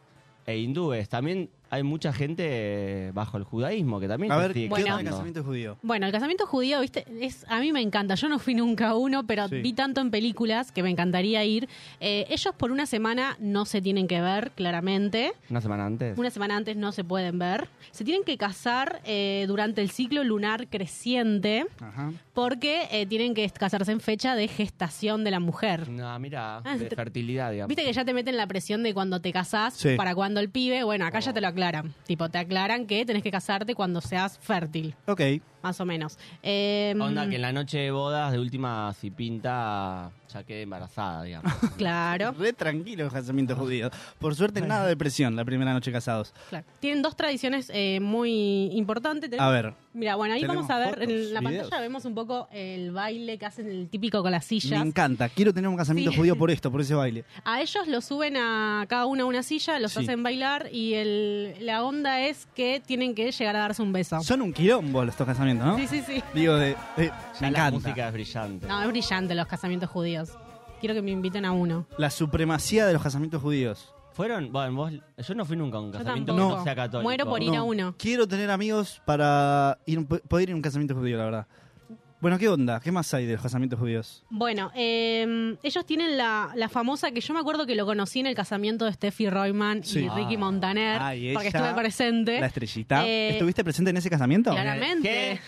[SPEAKER 3] e hindúes. También hay mucha gente eh, bajo el judaísmo que también
[SPEAKER 4] A
[SPEAKER 3] se
[SPEAKER 4] ver, ¿qué
[SPEAKER 3] sigue
[SPEAKER 5] Bueno.
[SPEAKER 4] onda el
[SPEAKER 3] casando.
[SPEAKER 4] casamiento judío?
[SPEAKER 5] Bueno, el casamiento judío, viste, es, a mí me encanta. Yo no fui nunca a uno, pero
[SPEAKER 4] Sí.
[SPEAKER 5] vi tanto en películas que me encantaría ir. Eh, ellos por una semana no se tienen que ver, claramente.
[SPEAKER 3] Una semana antes.
[SPEAKER 5] Una semana antes no se pueden ver. Se tienen que casar eh, durante el ciclo lunar creciente
[SPEAKER 4] Ajá.
[SPEAKER 5] porque eh, tienen que casarse en fecha de gestación de la mujer.
[SPEAKER 3] No, mira,
[SPEAKER 5] Ah,
[SPEAKER 3] de
[SPEAKER 5] te-
[SPEAKER 3] fertilidad, digamos.
[SPEAKER 5] Viste que ya te meten la presión de cuando te casás,
[SPEAKER 4] Sí.
[SPEAKER 5] para cuando el pibe, bueno, acá
[SPEAKER 3] Oh.
[SPEAKER 5] ya te lo aclaran. Tipo, te aclaran que tenés que casarte cuando seas fértil,
[SPEAKER 4] Ok.
[SPEAKER 5] más o menos. Eh,
[SPEAKER 3] Onda que en la noche de bodas, de última, si pinta, ya quedé embarazada, digamos.
[SPEAKER 5] Claro.
[SPEAKER 4] Re tranquilo el casamiento judío. Por suerte, nada de presión la primera noche casados.
[SPEAKER 5] Claro. Tienen dos tradiciones eh, muy importantes.
[SPEAKER 4] A ver.
[SPEAKER 5] Mira, bueno, ahí
[SPEAKER 4] Tenemos
[SPEAKER 5] vamos a ver en
[SPEAKER 4] fotos,
[SPEAKER 5] la
[SPEAKER 4] videos.
[SPEAKER 5] pantalla vemos un poco el baile que hacen el típico con las
[SPEAKER 4] Me
[SPEAKER 5] sillas.
[SPEAKER 4] encanta. Quiero tener un casamiento
[SPEAKER 5] Sí.
[SPEAKER 4] judío por esto, por ese baile.
[SPEAKER 5] A ellos los suben a cada uno a una silla, los
[SPEAKER 4] Sí.
[SPEAKER 5] hacen bailar y el, la onda es que tienen que llegar a darse un beso.
[SPEAKER 4] Son un quilombo estos casamientos, ¿no?
[SPEAKER 5] Sí, sí, sí.
[SPEAKER 4] Digo, de, de- me
[SPEAKER 3] Ya
[SPEAKER 4] encanta.
[SPEAKER 3] La música es brillante.
[SPEAKER 5] No, es brillante los casamientos judíos. Quiero que me inviten a uno.
[SPEAKER 4] La supremacía de los casamientos judíos.
[SPEAKER 3] Fueron, bueno, vos, yo no fui nunca a un casamiento que
[SPEAKER 5] tampoco.
[SPEAKER 3] no sea católico.
[SPEAKER 5] Muero por ir. a uno.
[SPEAKER 4] Quiero tener amigos para ir, poder ir a un casamiento judío, la verdad. Bueno, ¿qué onda? ¿Qué más hay de los casamientos judíos?
[SPEAKER 5] Bueno, eh, ellos tienen la, la famosa que yo me acuerdo que lo conocí en el casamiento de Steffi Royman
[SPEAKER 4] Sí.
[SPEAKER 5] y Ricky
[SPEAKER 3] Ah.
[SPEAKER 5] Montaner,
[SPEAKER 4] Ay,
[SPEAKER 5] porque
[SPEAKER 4] ella-
[SPEAKER 5] estuve presente.
[SPEAKER 4] La estrellita.
[SPEAKER 5] Eh,
[SPEAKER 4] ¿Estuviste presente en ese casamiento?
[SPEAKER 5] Claramente.
[SPEAKER 3] ¿Qué?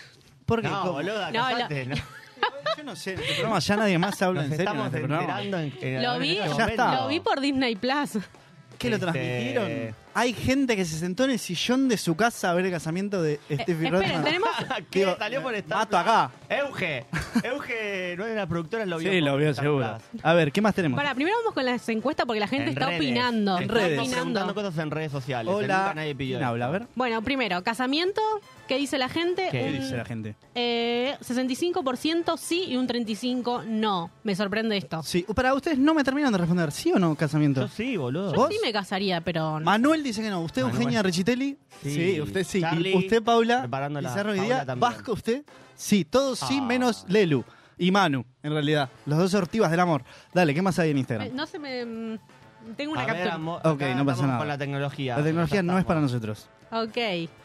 [SPEAKER 4] ¿Por qué?
[SPEAKER 3] No,
[SPEAKER 4] ¿Cómo?
[SPEAKER 3] boluda,
[SPEAKER 5] No, lo-
[SPEAKER 3] casate, no.
[SPEAKER 4] Yo no sé, en este programa ya nadie más habla
[SPEAKER 3] Nos
[SPEAKER 4] en serio. en
[SPEAKER 3] estamos
[SPEAKER 4] este programa.
[SPEAKER 3] enterando en, en-
[SPEAKER 5] Lo
[SPEAKER 3] en
[SPEAKER 5] vi,
[SPEAKER 3] este
[SPEAKER 4] Ya
[SPEAKER 3] momento.
[SPEAKER 4] está.
[SPEAKER 5] lo vi por Disney Plus.
[SPEAKER 4] ¿Qué lo
[SPEAKER 3] Este-
[SPEAKER 4] transmitieron? Hay gente que se sentó en el sillón de su casa a ver el casamiento de Steffi
[SPEAKER 5] Eh, esperen,
[SPEAKER 4] Rothman.
[SPEAKER 5] tenemos-
[SPEAKER 3] ¿Qué?
[SPEAKER 4] Digo,
[SPEAKER 3] Salió por Star
[SPEAKER 4] Mato
[SPEAKER 3] Plus.
[SPEAKER 4] acá.
[SPEAKER 3] Euge, Euge, no era la productora, lo vio.
[SPEAKER 4] Sí,
[SPEAKER 3] por
[SPEAKER 4] lo vio
[SPEAKER 3] Star
[SPEAKER 4] seguro.
[SPEAKER 3] Plus.
[SPEAKER 4] A ver, ¿qué más tenemos?
[SPEAKER 5] Para, primero vamos con las encuestas porque la gente
[SPEAKER 3] En
[SPEAKER 5] está
[SPEAKER 3] redes.
[SPEAKER 5] opinando.
[SPEAKER 3] En
[SPEAKER 5] está
[SPEAKER 4] redes.
[SPEAKER 3] Estamos preguntando
[SPEAKER 5] opinando.
[SPEAKER 3] cosas en redes sociales.
[SPEAKER 4] Hola.
[SPEAKER 3] Nunca nadie pidió
[SPEAKER 4] ¿Quién habla? A
[SPEAKER 3] esto.
[SPEAKER 4] ver.
[SPEAKER 5] Bueno, primero, casamiento. ¿Qué dice la gente?
[SPEAKER 3] ¿Qué
[SPEAKER 4] ¿Qué
[SPEAKER 5] Un,
[SPEAKER 4] dice la gente?
[SPEAKER 5] eh, 65% sí y un 35% no. Me sorprende esto.
[SPEAKER 4] ah, Sí, para ustedes no me terminan de responder, ¿sí o no, casamiento?
[SPEAKER 3] Yo sí, boludo.
[SPEAKER 5] Yo
[SPEAKER 4] ¿Vos?
[SPEAKER 5] sí me casaría, pero no.
[SPEAKER 4] Manuel dice que no. ¿Usted,
[SPEAKER 3] Manuel.
[SPEAKER 4] Eugenia Richitelli?
[SPEAKER 3] Sí.
[SPEAKER 4] usted sí.
[SPEAKER 3] Charlie,
[SPEAKER 4] ¿Y usted, Paula?
[SPEAKER 3] preparando la-
[SPEAKER 4] Pizarro
[SPEAKER 3] Paula
[SPEAKER 4] Guidea,
[SPEAKER 3] también.
[SPEAKER 4] Vasco, usted? Sí, todos sí,
[SPEAKER 3] Ah.
[SPEAKER 4] menos Lelu. Y Manu, en realidad. Los dos sortivas del amor. Dale, ¿qué más hay en Instagram?
[SPEAKER 5] Eh, No se me. mm, Tengo una
[SPEAKER 3] A ver,
[SPEAKER 5] captura.
[SPEAKER 3] amor,
[SPEAKER 4] Ok,
[SPEAKER 3] acá
[SPEAKER 4] no pasa
[SPEAKER 3] estamos
[SPEAKER 4] nada.
[SPEAKER 3] con la tecnología.
[SPEAKER 4] La tecnología
[SPEAKER 3] Ya
[SPEAKER 4] no es
[SPEAKER 3] estamos.
[SPEAKER 4] para nosotros.
[SPEAKER 5] ok.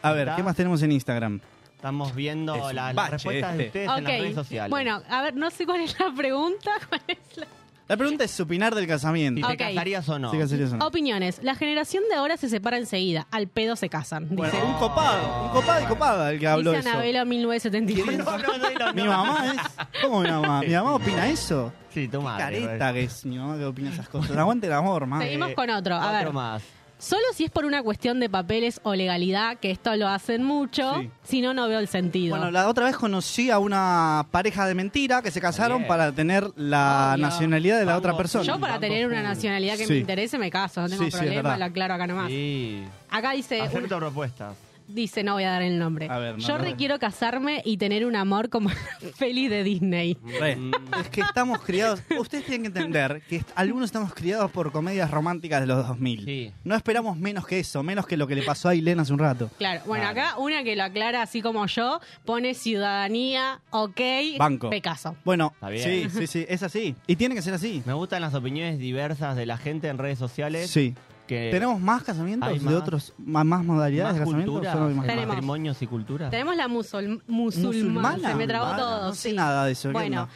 [SPEAKER 4] A ver,
[SPEAKER 3] ¿Está?
[SPEAKER 4] ¿qué más tenemos en Instagram?
[SPEAKER 3] Estamos viendo
[SPEAKER 4] Es un
[SPEAKER 3] la- las
[SPEAKER 4] bache
[SPEAKER 3] respuestas
[SPEAKER 4] este.
[SPEAKER 3] de ustedes en las
[SPEAKER 5] Ok.
[SPEAKER 3] redes sociales.
[SPEAKER 5] Bueno, a ver, no sé cuál es la pregunta. cuál es la-
[SPEAKER 4] La pregunta es opinar del
[SPEAKER 3] ¿Y
[SPEAKER 4] casamiento.
[SPEAKER 5] Ah,
[SPEAKER 3] te
[SPEAKER 5] Ok.
[SPEAKER 3] casarías o no?
[SPEAKER 4] Sí, casamiento.
[SPEAKER 5] Opiniones. La generación de ahora se separa enseguida. Al pedo se casan.
[SPEAKER 4] Bueno,
[SPEAKER 5] dice
[SPEAKER 4] un copado, un copado y copada el que habló
[SPEAKER 5] dice
[SPEAKER 4] eso.
[SPEAKER 5] Anabela 1975.
[SPEAKER 4] Mi mamá es. ¿Cómo mi mamá? ¿Mi mamá opina eso?
[SPEAKER 3] Sí, tu
[SPEAKER 4] Ah,
[SPEAKER 3] madre.
[SPEAKER 4] Careta que es mi mamá que opina esas cosas. Aguante el amor, mamá.
[SPEAKER 5] Seguimos con otro. A
[SPEAKER 3] eh, Otro
[SPEAKER 5] ver.
[SPEAKER 3] más.
[SPEAKER 5] Solo si es por una cuestión de papeles o legalidad, que esto lo hacen mucho,
[SPEAKER 4] Sí.
[SPEAKER 5] si no, no veo el sentido.
[SPEAKER 4] Bueno, la otra vez conocí a una pareja de mentira que se casaron
[SPEAKER 3] Bien.
[SPEAKER 4] para tener la
[SPEAKER 5] Obvio.
[SPEAKER 4] nacionalidad de la
[SPEAKER 3] Vamos.
[SPEAKER 4] otra persona.
[SPEAKER 5] Yo para tener una nacionalidad que
[SPEAKER 4] Sí.
[SPEAKER 5] me interese me caso, no tengo
[SPEAKER 4] Sí, sí, es
[SPEAKER 5] problema,
[SPEAKER 4] verdad.
[SPEAKER 5] lo aclaro acá nomás.
[SPEAKER 3] Sí.
[SPEAKER 5] Acá dice,
[SPEAKER 3] Acepto propuestas.
[SPEAKER 5] un- dice, no voy a dar el nombre.
[SPEAKER 4] A ver, no,
[SPEAKER 5] Yo
[SPEAKER 4] no.
[SPEAKER 5] requiero casarme y tener un amor como Feli de Disney.
[SPEAKER 4] Re. Es que estamos criados, ustedes tienen que entender que est- algunos estamos criados por comedias románticas de los 2000.
[SPEAKER 3] Sí.
[SPEAKER 4] No esperamos menos que eso, menos que lo que le pasó a Ailén hace un rato.
[SPEAKER 5] Claro, bueno,
[SPEAKER 4] Ah.
[SPEAKER 5] acá una que lo aclara así como yo, pone ciudadanía, ok,
[SPEAKER 4] Banco.
[SPEAKER 5] me caso.
[SPEAKER 4] Bueno,
[SPEAKER 3] Está bien.
[SPEAKER 4] sí, sí, sí, es así. Y tiene que ser así.
[SPEAKER 3] Me gustan las opiniones diversas de la gente en redes sociales.
[SPEAKER 4] Sí.
[SPEAKER 3] Que
[SPEAKER 4] ¿Tenemos más casamientos
[SPEAKER 3] Eh, hay
[SPEAKER 4] de
[SPEAKER 3] más-
[SPEAKER 4] otros, ma- más modalidades
[SPEAKER 3] más
[SPEAKER 4] de casamientos?
[SPEAKER 3] culturas,
[SPEAKER 4] Solo hay más-
[SPEAKER 3] en
[SPEAKER 5] Tenemos.
[SPEAKER 3] matrimonios y culturas.
[SPEAKER 5] Tenemos la musul- musulmana,
[SPEAKER 4] Ah. ¿Musulmana?
[SPEAKER 5] se me trabó
[SPEAKER 4] Musulmana.
[SPEAKER 5] todo.
[SPEAKER 4] No sé
[SPEAKER 5] sí.
[SPEAKER 4] nada de eso, ¿qué
[SPEAKER 5] Bueno,
[SPEAKER 4] onda?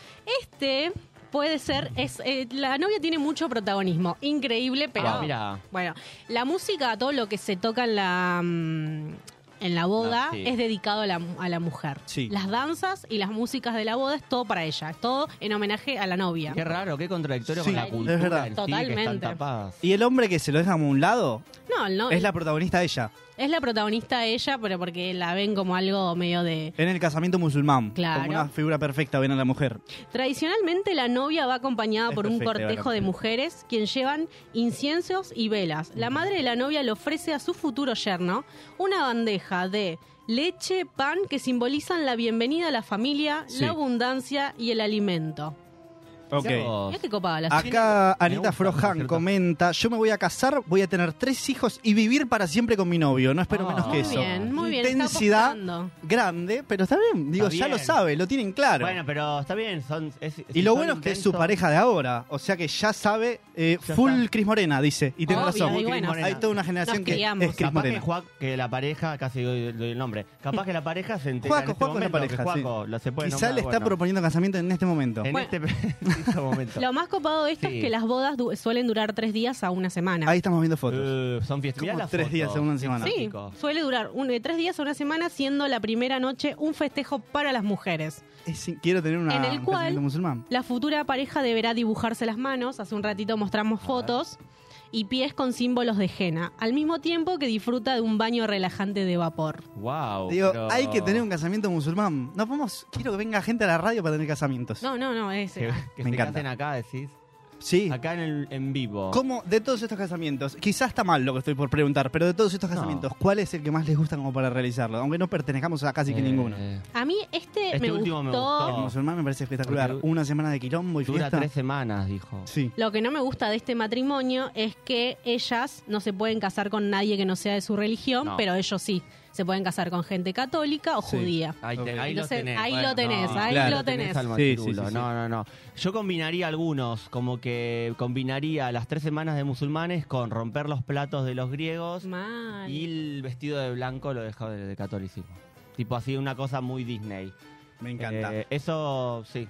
[SPEAKER 5] este puede ser, es eh, la novia tiene mucho protagonismo, increíble, pero
[SPEAKER 3] Ah, mira.
[SPEAKER 5] bueno, la música, todo lo que se toca en la mm, en la boda
[SPEAKER 3] No, sí.
[SPEAKER 5] es dedicado a la, a la mujer.
[SPEAKER 4] Ah, Sí.
[SPEAKER 5] Las danzas y las músicas de la boda es todo para ella, es todo en homenaje a la novia.
[SPEAKER 3] Qué raro, qué contradictorio
[SPEAKER 4] Sí,
[SPEAKER 3] con la
[SPEAKER 4] es
[SPEAKER 3] cultura.
[SPEAKER 4] verdad.
[SPEAKER 3] en sí, que están
[SPEAKER 5] Totalmente.
[SPEAKER 3] tapadas.
[SPEAKER 4] Y el hombre que se lo deja a un lado
[SPEAKER 5] No, no,
[SPEAKER 4] es la protagonista ella.
[SPEAKER 5] protagonista ella, pero porque la ven como algo medio de
[SPEAKER 4] En el casamiento musulmán.
[SPEAKER 5] Claro.
[SPEAKER 4] Como una figura perfecta ven a la mujer.
[SPEAKER 5] Tradicionalmente la novia va acompañada
[SPEAKER 4] Es
[SPEAKER 5] por un
[SPEAKER 4] perfecta,
[SPEAKER 5] cortejo
[SPEAKER 4] Ivana.
[SPEAKER 5] de mujeres quien llevan inciensos y velas. La madre de la novia le ofrece a su futuro yerno una bandeja de leche, pan que simbolizan la bienvenida a la familia,
[SPEAKER 4] Sí.
[SPEAKER 5] la abundancia y el alimento.
[SPEAKER 4] Ok.
[SPEAKER 3] Mirá vos.
[SPEAKER 5] Mira qué copada la
[SPEAKER 4] Ah, Acá
[SPEAKER 3] Me
[SPEAKER 4] Anita
[SPEAKER 3] gusta, por
[SPEAKER 4] Frojan
[SPEAKER 3] cierto.
[SPEAKER 4] comenta, yo Oh. me voy a casar, voy a tener tres hijos y vivir para siempre con mi novio. No espero
[SPEAKER 3] Ah.
[SPEAKER 4] menos que
[SPEAKER 5] Muy
[SPEAKER 4] eso.
[SPEAKER 5] bien, muy bien, está
[SPEAKER 4] Intensidad
[SPEAKER 5] apostando.
[SPEAKER 4] grande, pero está bien. Digo,
[SPEAKER 3] Está
[SPEAKER 4] ya lo
[SPEAKER 3] bien.
[SPEAKER 4] sabe, lo tienen claro.
[SPEAKER 3] Bueno, pero está bien. Son, es-
[SPEAKER 4] y
[SPEAKER 3] si
[SPEAKER 4] lo
[SPEAKER 3] son
[SPEAKER 4] bueno es que es su
[SPEAKER 3] intensos-
[SPEAKER 4] pareja de ahora. O sea que ya sabe, eh,
[SPEAKER 3] Ya
[SPEAKER 4] full
[SPEAKER 3] está.
[SPEAKER 4] Cris Morena, dice. Y tiene
[SPEAKER 5] Obvio,
[SPEAKER 4] razón.
[SPEAKER 5] y bueno.
[SPEAKER 4] Hay toda una generación
[SPEAKER 5] Nos
[SPEAKER 4] que
[SPEAKER 5] criamos.
[SPEAKER 4] es Cris
[SPEAKER 3] Capaz que,
[SPEAKER 4] Morena.
[SPEAKER 3] Juac- que la pareja, casi doy, doy el nombre, capaz que la pareja se entera
[SPEAKER 4] Juaco,
[SPEAKER 3] en este
[SPEAKER 4] Juaco es
[SPEAKER 3] momento
[SPEAKER 4] la
[SPEAKER 3] que
[SPEAKER 4] pareja, sí.
[SPEAKER 3] Juaco lo se puede
[SPEAKER 4] Quizá
[SPEAKER 3] nombrar,
[SPEAKER 4] le está
[SPEAKER 3] bueno,
[SPEAKER 4] proponiendo casamiento en este momento.
[SPEAKER 3] En
[SPEAKER 5] Bueno.
[SPEAKER 3] este preciso momento.
[SPEAKER 5] Lo más copado de esto
[SPEAKER 3] Sí.
[SPEAKER 5] es que las bodas du- suelen durar tres días a una semana.
[SPEAKER 4] Ahí estamos viendo fotos.
[SPEAKER 3] Eh, son fiestas. Mirá
[SPEAKER 4] Como
[SPEAKER 3] la
[SPEAKER 4] tres
[SPEAKER 3] foto.
[SPEAKER 4] días en una semana.
[SPEAKER 5] Sí,
[SPEAKER 3] Fantástico.
[SPEAKER 5] suele durar un- de tres días a una semana, siendo la primera noche un festejo para las mujeres.
[SPEAKER 4] Es- quiero tener una,
[SPEAKER 5] En el
[SPEAKER 4] un
[SPEAKER 5] cual-
[SPEAKER 4] casamiento musulmán.
[SPEAKER 5] La futura pareja deberá dibujarse las manos, hace un ratito mostramos fotos, y pies con símbolos de henna, al mismo tiempo que disfruta de un baño relajante de vapor.
[SPEAKER 3] Wow.
[SPEAKER 4] Digo,
[SPEAKER 3] Oh, pero-
[SPEAKER 4] hay que tener un casamiento musulmán. No podemos, quiero que venga gente a la radio para tener casamientos.
[SPEAKER 5] No, no, no, es...
[SPEAKER 3] Que, que
[SPEAKER 4] Me
[SPEAKER 3] se
[SPEAKER 4] encanta.
[SPEAKER 3] casen acá, decís.
[SPEAKER 4] Sí.
[SPEAKER 3] Acá en, el, en vivo.
[SPEAKER 4] ¿Cómo, de todos estos casamientos, quizás está mal lo que estoy por preguntar, pero de todos estos
[SPEAKER 3] No.
[SPEAKER 4] casamientos, ¿cuál es el que más les gusta como para realizarlo? Aunque no pertenezcamos a casi que
[SPEAKER 3] Eh,
[SPEAKER 4] ninguno.
[SPEAKER 5] A mí este,
[SPEAKER 3] Este
[SPEAKER 5] me,
[SPEAKER 3] último
[SPEAKER 5] gustó,
[SPEAKER 3] me
[SPEAKER 4] El
[SPEAKER 3] gustó.
[SPEAKER 4] musulmán me parece espectacular.
[SPEAKER 3] Porque du-
[SPEAKER 4] Una semana de quilombo y
[SPEAKER 3] Dura
[SPEAKER 4] fiesta.
[SPEAKER 3] tres semanas, dijo.
[SPEAKER 4] Sí.
[SPEAKER 5] Lo que no me gusta de este matrimonio es que ellas no se pueden casar con nadie que no sea de su religión,
[SPEAKER 3] No.
[SPEAKER 5] pero ellos sí. Se pueden casar con gente católica o
[SPEAKER 4] Sí.
[SPEAKER 5] judía.
[SPEAKER 3] Ahí, te- ahí
[SPEAKER 5] Entonces,
[SPEAKER 3] lo tenés.
[SPEAKER 5] ahí
[SPEAKER 3] Bueno,
[SPEAKER 5] lo tenés,
[SPEAKER 3] no.
[SPEAKER 5] ahí
[SPEAKER 4] claro,
[SPEAKER 5] lo tenés.
[SPEAKER 3] al
[SPEAKER 4] Sí, sí,
[SPEAKER 3] machirulo.
[SPEAKER 4] sí, sí.
[SPEAKER 3] No, no, no. Yo combinaría algunos, como que combinaría las tres semanas de musulmanes con romper los platos de los griegos
[SPEAKER 5] Mal.
[SPEAKER 3] y el vestido de blanco lo dejaba de, de catolicismo. Tipo así, una cosa muy Disney.
[SPEAKER 4] Me encanta.
[SPEAKER 3] Eh, eso, sí.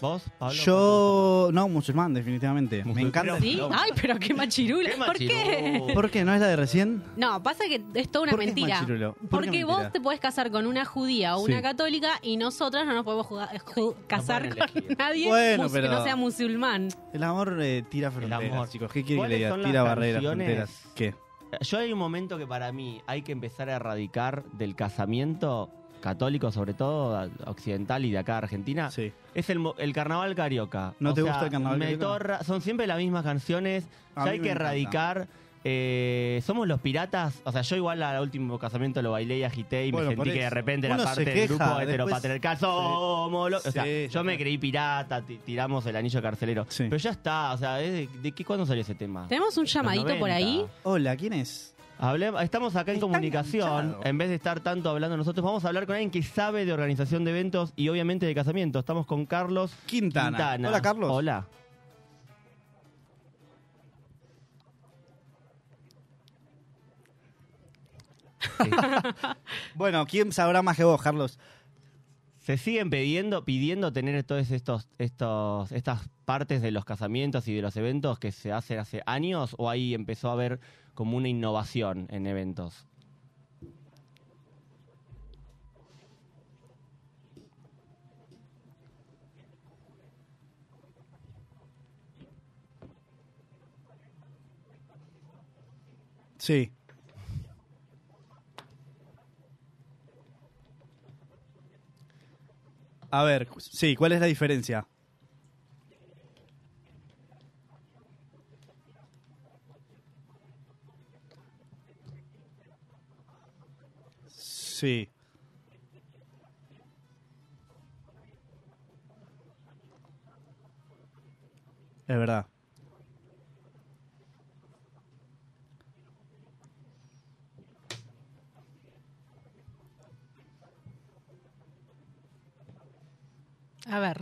[SPEAKER 3] ¿Vos, Pablo?
[SPEAKER 4] Yo, no, musulmán, definitivamente. Me
[SPEAKER 3] Musulmán.
[SPEAKER 4] encanta.
[SPEAKER 5] ¿Sí? Ay, pero qué machirulo.
[SPEAKER 3] ¿Qué
[SPEAKER 5] ¿Por qué?
[SPEAKER 3] machirulo?
[SPEAKER 4] ¿Por qué? ¿No es la de recién?
[SPEAKER 5] No, pasa que es toda una
[SPEAKER 4] ¿Por qué es
[SPEAKER 5] mentira.
[SPEAKER 4] machirulo? ¿Por qué
[SPEAKER 5] Porque
[SPEAKER 4] mentira?
[SPEAKER 5] vos te podés casar con una judía o una
[SPEAKER 4] Sí.
[SPEAKER 5] católica y nosotras no nos podemos jugar- eh, ju- casar
[SPEAKER 3] pueden
[SPEAKER 5] con
[SPEAKER 3] elegir.
[SPEAKER 5] nadie
[SPEAKER 4] Bueno,
[SPEAKER 5] mus-
[SPEAKER 4] pero-
[SPEAKER 5] que no sea musulmán.
[SPEAKER 4] El amor eh, tira
[SPEAKER 3] El
[SPEAKER 4] fronteras,
[SPEAKER 3] amor.
[SPEAKER 4] chicos. ¿Qué quiere que
[SPEAKER 3] ¿Cuáles
[SPEAKER 4] le diga?
[SPEAKER 3] son las
[SPEAKER 4] Tira barreras,
[SPEAKER 3] canciones?
[SPEAKER 4] fronteras. ¿Qué?
[SPEAKER 3] Yo hay un momento que para mí hay que empezar a erradicar del casamiento católico, sobre todo a- occidental y de acá de Argentina,
[SPEAKER 4] Sí.
[SPEAKER 3] Es el, mo- el carnaval carioca.
[SPEAKER 4] ¿No te gusta el carnaval
[SPEAKER 3] me
[SPEAKER 4] carioca?
[SPEAKER 3] torra- son siempre las mismas canciones. ya
[SPEAKER 4] A mí
[SPEAKER 3] hay
[SPEAKER 4] me
[SPEAKER 3] que
[SPEAKER 4] encanta.
[SPEAKER 3] erradicar. eh, somos los piratas. O sea, yo igual al último casamiento lo bailé y agité y
[SPEAKER 4] Bueno,
[SPEAKER 3] me
[SPEAKER 4] por
[SPEAKER 3] sentí que de
[SPEAKER 4] eso.
[SPEAKER 3] repente
[SPEAKER 4] Uno
[SPEAKER 3] la
[SPEAKER 4] se
[SPEAKER 3] parte del
[SPEAKER 4] queja,
[SPEAKER 3] grupo
[SPEAKER 4] después-
[SPEAKER 3] heteropatriarcal.
[SPEAKER 4] Sí.
[SPEAKER 3] Somos los- O sea,
[SPEAKER 4] Sí,
[SPEAKER 3] yo me
[SPEAKER 4] sí.
[SPEAKER 3] creí pirata, ti- tiramos el anillo carcelero.
[SPEAKER 4] Sí.
[SPEAKER 3] Pero ya está. O sea, es de, de qué cuándo salió ese tema?
[SPEAKER 5] Tenemos un llamadito por
[SPEAKER 3] 90.
[SPEAKER 5] ahí.
[SPEAKER 4] Hola, ¿quién es?
[SPEAKER 3] Hablem- estamos acá en
[SPEAKER 4] Está
[SPEAKER 3] comunicación.
[SPEAKER 4] enganchado.
[SPEAKER 3] En vez de estar tanto hablando nosotros, vamos a hablar con alguien que sabe de organización de eventos y obviamente de casamiento. Estamos con Carlos
[SPEAKER 4] Quintana.
[SPEAKER 3] Quintana.
[SPEAKER 4] Hola, Carlos.
[SPEAKER 3] Hola.
[SPEAKER 4] Bueno, ¿quién sabrá más que vos, Carlos?
[SPEAKER 3] Se siguen pidiendo, pidiendo tener todos estos, estos, estas partes de los casamientos y de los eventos que se hacen hace años o ahí empezó a haber como una innovación en eventos.
[SPEAKER 4] Sí. A ver, sí, ¿cuál es la diferencia? Sí. Es verdad.
[SPEAKER 5] A ver.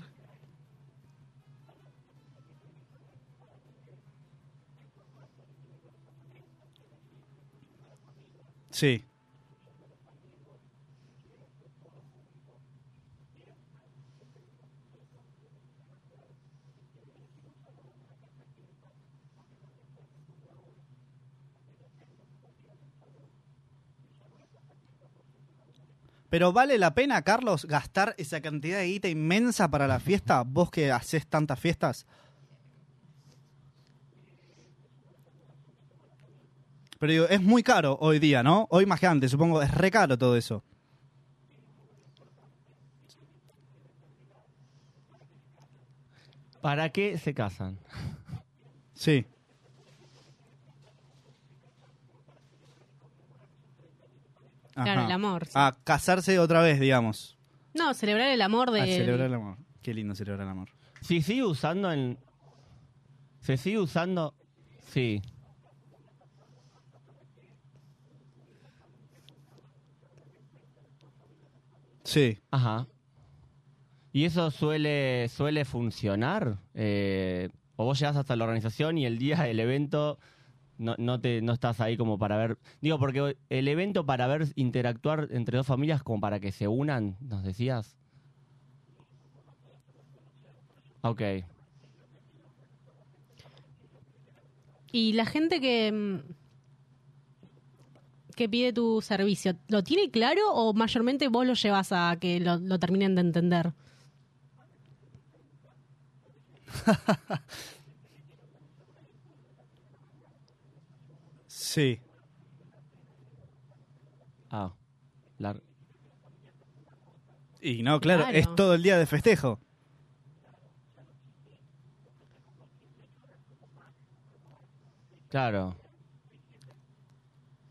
[SPEAKER 4] Sí. Pero vale la pena, Carlos, gastar esa cantidad de guita inmensa para la fiesta, vos que haces tantas fiestas. Pero digo, es muy caro hoy día, ¿no? Hoy más que antes, supongo, es re caro todo eso.
[SPEAKER 3] ¿Para qué se casan?
[SPEAKER 4] Sí.
[SPEAKER 5] Claro,
[SPEAKER 4] Ajá. Ah.
[SPEAKER 5] el amor. sí.
[SPEAKER 4] A casarse otra vez, digamos.
[SPEAKER 5] No, celebrar el amor de.
[SPEAKER 4] A Ah, celebrar el amor. Qué lindo celebrar el amor.
[SPEAKER 3] Si sigue usando en. Se sigue usando. Sí.
[SPEAKER 4] Sí.
[SPEAKER 3] Ajá. ¿Y eso suele, suele funcionar? Eh, ¿O vos llegás hasta la organización y el día del evento no, no, te, no estás ahí como para ver... Digo, porque el evento para ver interactuar entre dos familias como para que se unan, nos decías. Ok.
[SPEAKER 5] Y la gente que. mm, que pide tu servicio, ¿lo tiene claro o mayormente vos lo llevas a que lo, lo terminen de entender?
[SPEAKER 4] Sí.
[SPEAKER 3] Ah. lar-
[SPEAKER 4] Y no, claro,
[SPEAKER 5] Claro.
[SPEAKER 4] es todo el día de festejo.
[SPEAKER 3] Claro.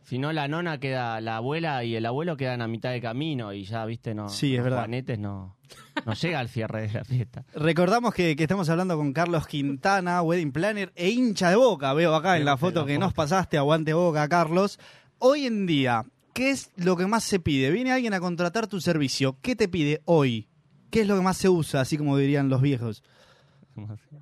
[SPEAKER 3] Si no, la nona queda, la abuela y el abuelo quedan a mitad de camino y ya, viste, no.
[SPEAKER 4] Sí, es
[SPEAKER 3] los
[SPEAKER 4] verdad.
[SPEAKER 3] Juanetes no, no llega al cierre de la fiesta.
[SPEAKER 4] Recordamos que, que estamos hablando con Carlos Quintana, wedding planner e hincha de boca. Veo acá en la foto que nos pasaste, aguante boca, Carlos. Hoy en día, ¿qué es lo que más se pide? Viene alguien a contratar tu servicio. ¿Qué te pide hoy? ¿Qué es lo que más se usa, así como dirían los viejos?
[SPEAKER 3] ¿Cómo así?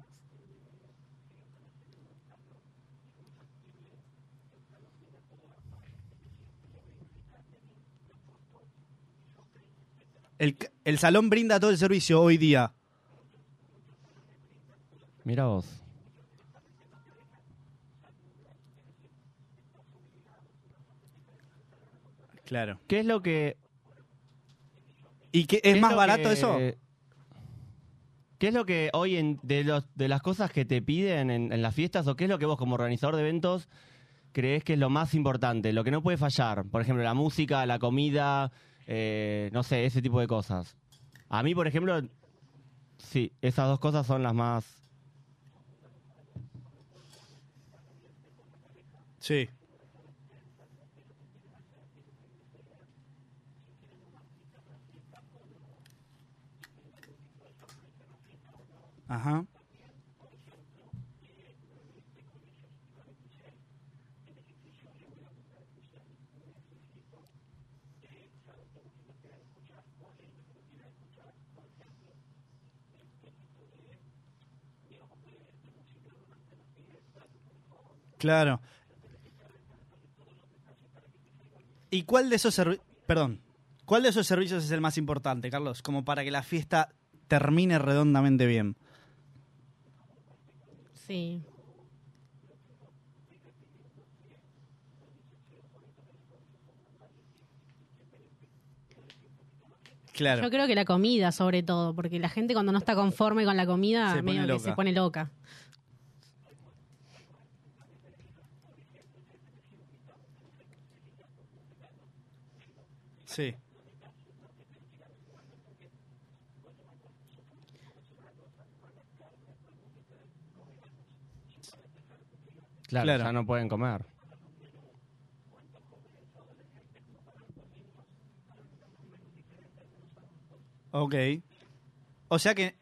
[SPEAKER 4] El, el salón brinda todo el servicio hoy día.
[SPEAKER 3] Mira vos.
[SPEAKER 4] Claro.
[SPEAKER 3] ¿Qué es lo que.
[SPEAKER 4] ¿Y qué,
[SPEAKER 3] qué
[SPEAKER 4] es más
[SPEAKER 3] lo
[SPEAKER 4] barato
[SPEAKER 3] que-
[SPEAKER 4] eso?
[SPEAKER 3] ¿Qué es lo que hoy en, de, los, de las cosas que te piden en, en las fiestas o qué es lo que vos como organizador de eventos crees que es lo más importante, lo que no puede fallar? Por ejemplo, la música, la comida, eh, no sé, ese tipo de cosas. A mí, por ejemplo, sí, esas dos cosas son las más...
[SPEAKER 4] Sí. Ajá. Claro. ¿Y cuál de esos servi- Perdón. ¿Cuál de esos servicios es el más importante, Carlos? Como para que la fiesta termine redondamente bien.
[SPEAKER 5] Sí.
[SPEAKER 4] Claro.
[SPEAKER 5] Yo creo que la comida, sobre todo, porque la gente cuando no está conforme con la comida,
[SPEAKER 4] Se pone
[SPEAKER 5] medio que
[SPEAKER 4] loca.
[SPEAKER 5] se pone loca.
[SPEAKER 4] Sí.
[SPEAKER 3] Claro,
[SPEAKER 4] Claro.
[SPEAKER 3] ya no pueden comer.
[SPEAKER 4] Ok. O sea que.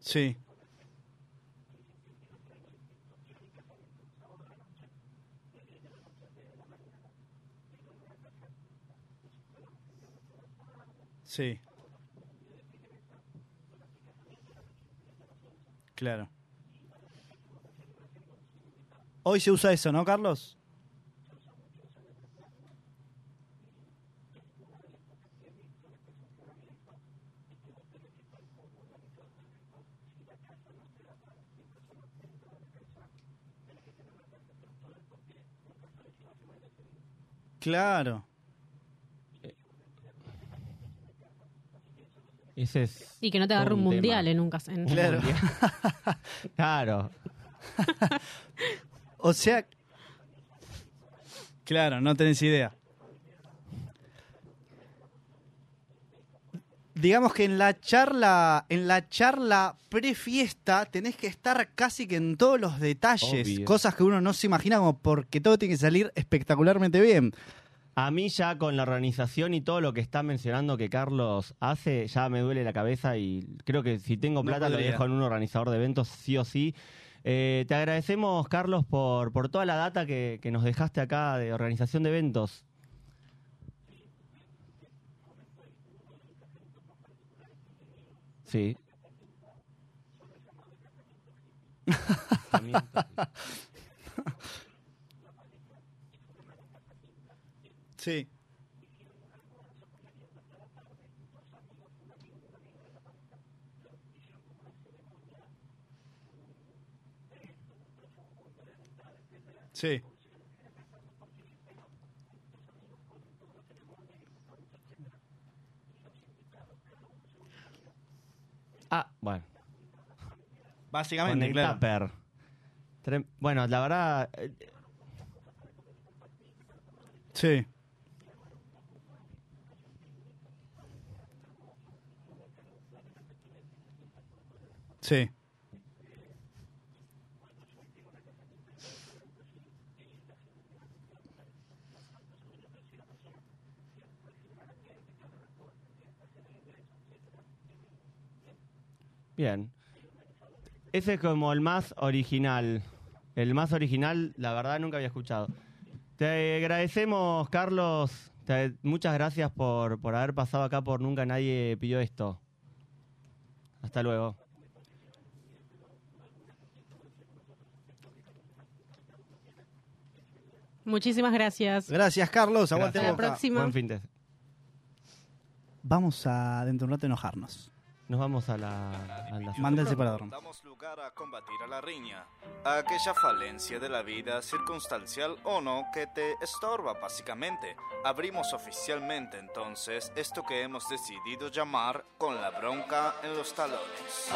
[SPEAKER 4] Sí. Sí. Claro. Hoy se usa eso, ¿no, Carlos? Claro.
[SPEAKER 3] Ese es.
[SPEAKER 5] Y que no te agarre
[SPEAKER 3] todo
[SPEAKER 5] un, mundial
[SPEAKER 3] tema.
[SPEAKER 5] en un cas- en-
[SPEAKER 4] Claro.
[SPEAKER 3] Claro.
[SPEAKER 4] O sea. Claro, no tenés idea. Digamos que en la charla, en la charla prefiesta tenés que estar casi que en todos los detalles,
[SPEAKER 3] Obvio.
[SPEAKER 4] cosas que uno no se imagina como porque todo tiene que salir espectacularmente bien.
[SPEAKER 3] A mí ya con la organización y todo lo que está mencionando que Carlos hace, ya me duele la cabeza y creo que si tengo
[SPEAKER 4] No
[SPEAKER 3] plata lo
[SPEAKER 4] podría.
[SPEAKER 3] dejo en un organizador de eventos sí o sí. Eh, te agradecemos, Carlos, por, por toda la data que, que nos dejaste acá de organización de eventos. Sí. También.
[SPEAKER 4] Sí. Sí.
[SPEAKER 3] Ah, bueno.
[SPEAKER 4] Básicamente,
[SPEAKER 3] Con el
[SPEAKER 4] claro.
[SPEAKER 3] tupper. Tre- Bueno, la verdad, eh,
[SPEAKER 4] Sí. Sí.
[SPEAKER 3] bien. Ese es como el más original. El más original, la verdad, nunca había escuchado. Te agradecemos, Carlos. Te- muchas gracias por, por haber pasado acá por Nunca Nadie Pidió Esto. Hasta luego.
[SPEAKER 5] Muchísimas gracias.
[SPEAKER 4] Gracias, Carlos. Aguante
[SPEAKER 5] Hasta la
[SPEAKER 4] boca.
[SPEAKER 5] próxima.
[SPEAKER 3] Buen fin de
[SPEAKER 4] Vamos a dentro de un rato enojarnos.
[SPEAKER 3] Nos vamos a la... a la-
[SPEAKER 4] Manda el separador.
[SPEAKER 10] Damos lugar a combatir a la riña, a aquella falencia de la vida circunstancial o no que te estorba básicamente. Abrimos oficialmente entonces esto que hemos decidido llamar con la bronca en los talones.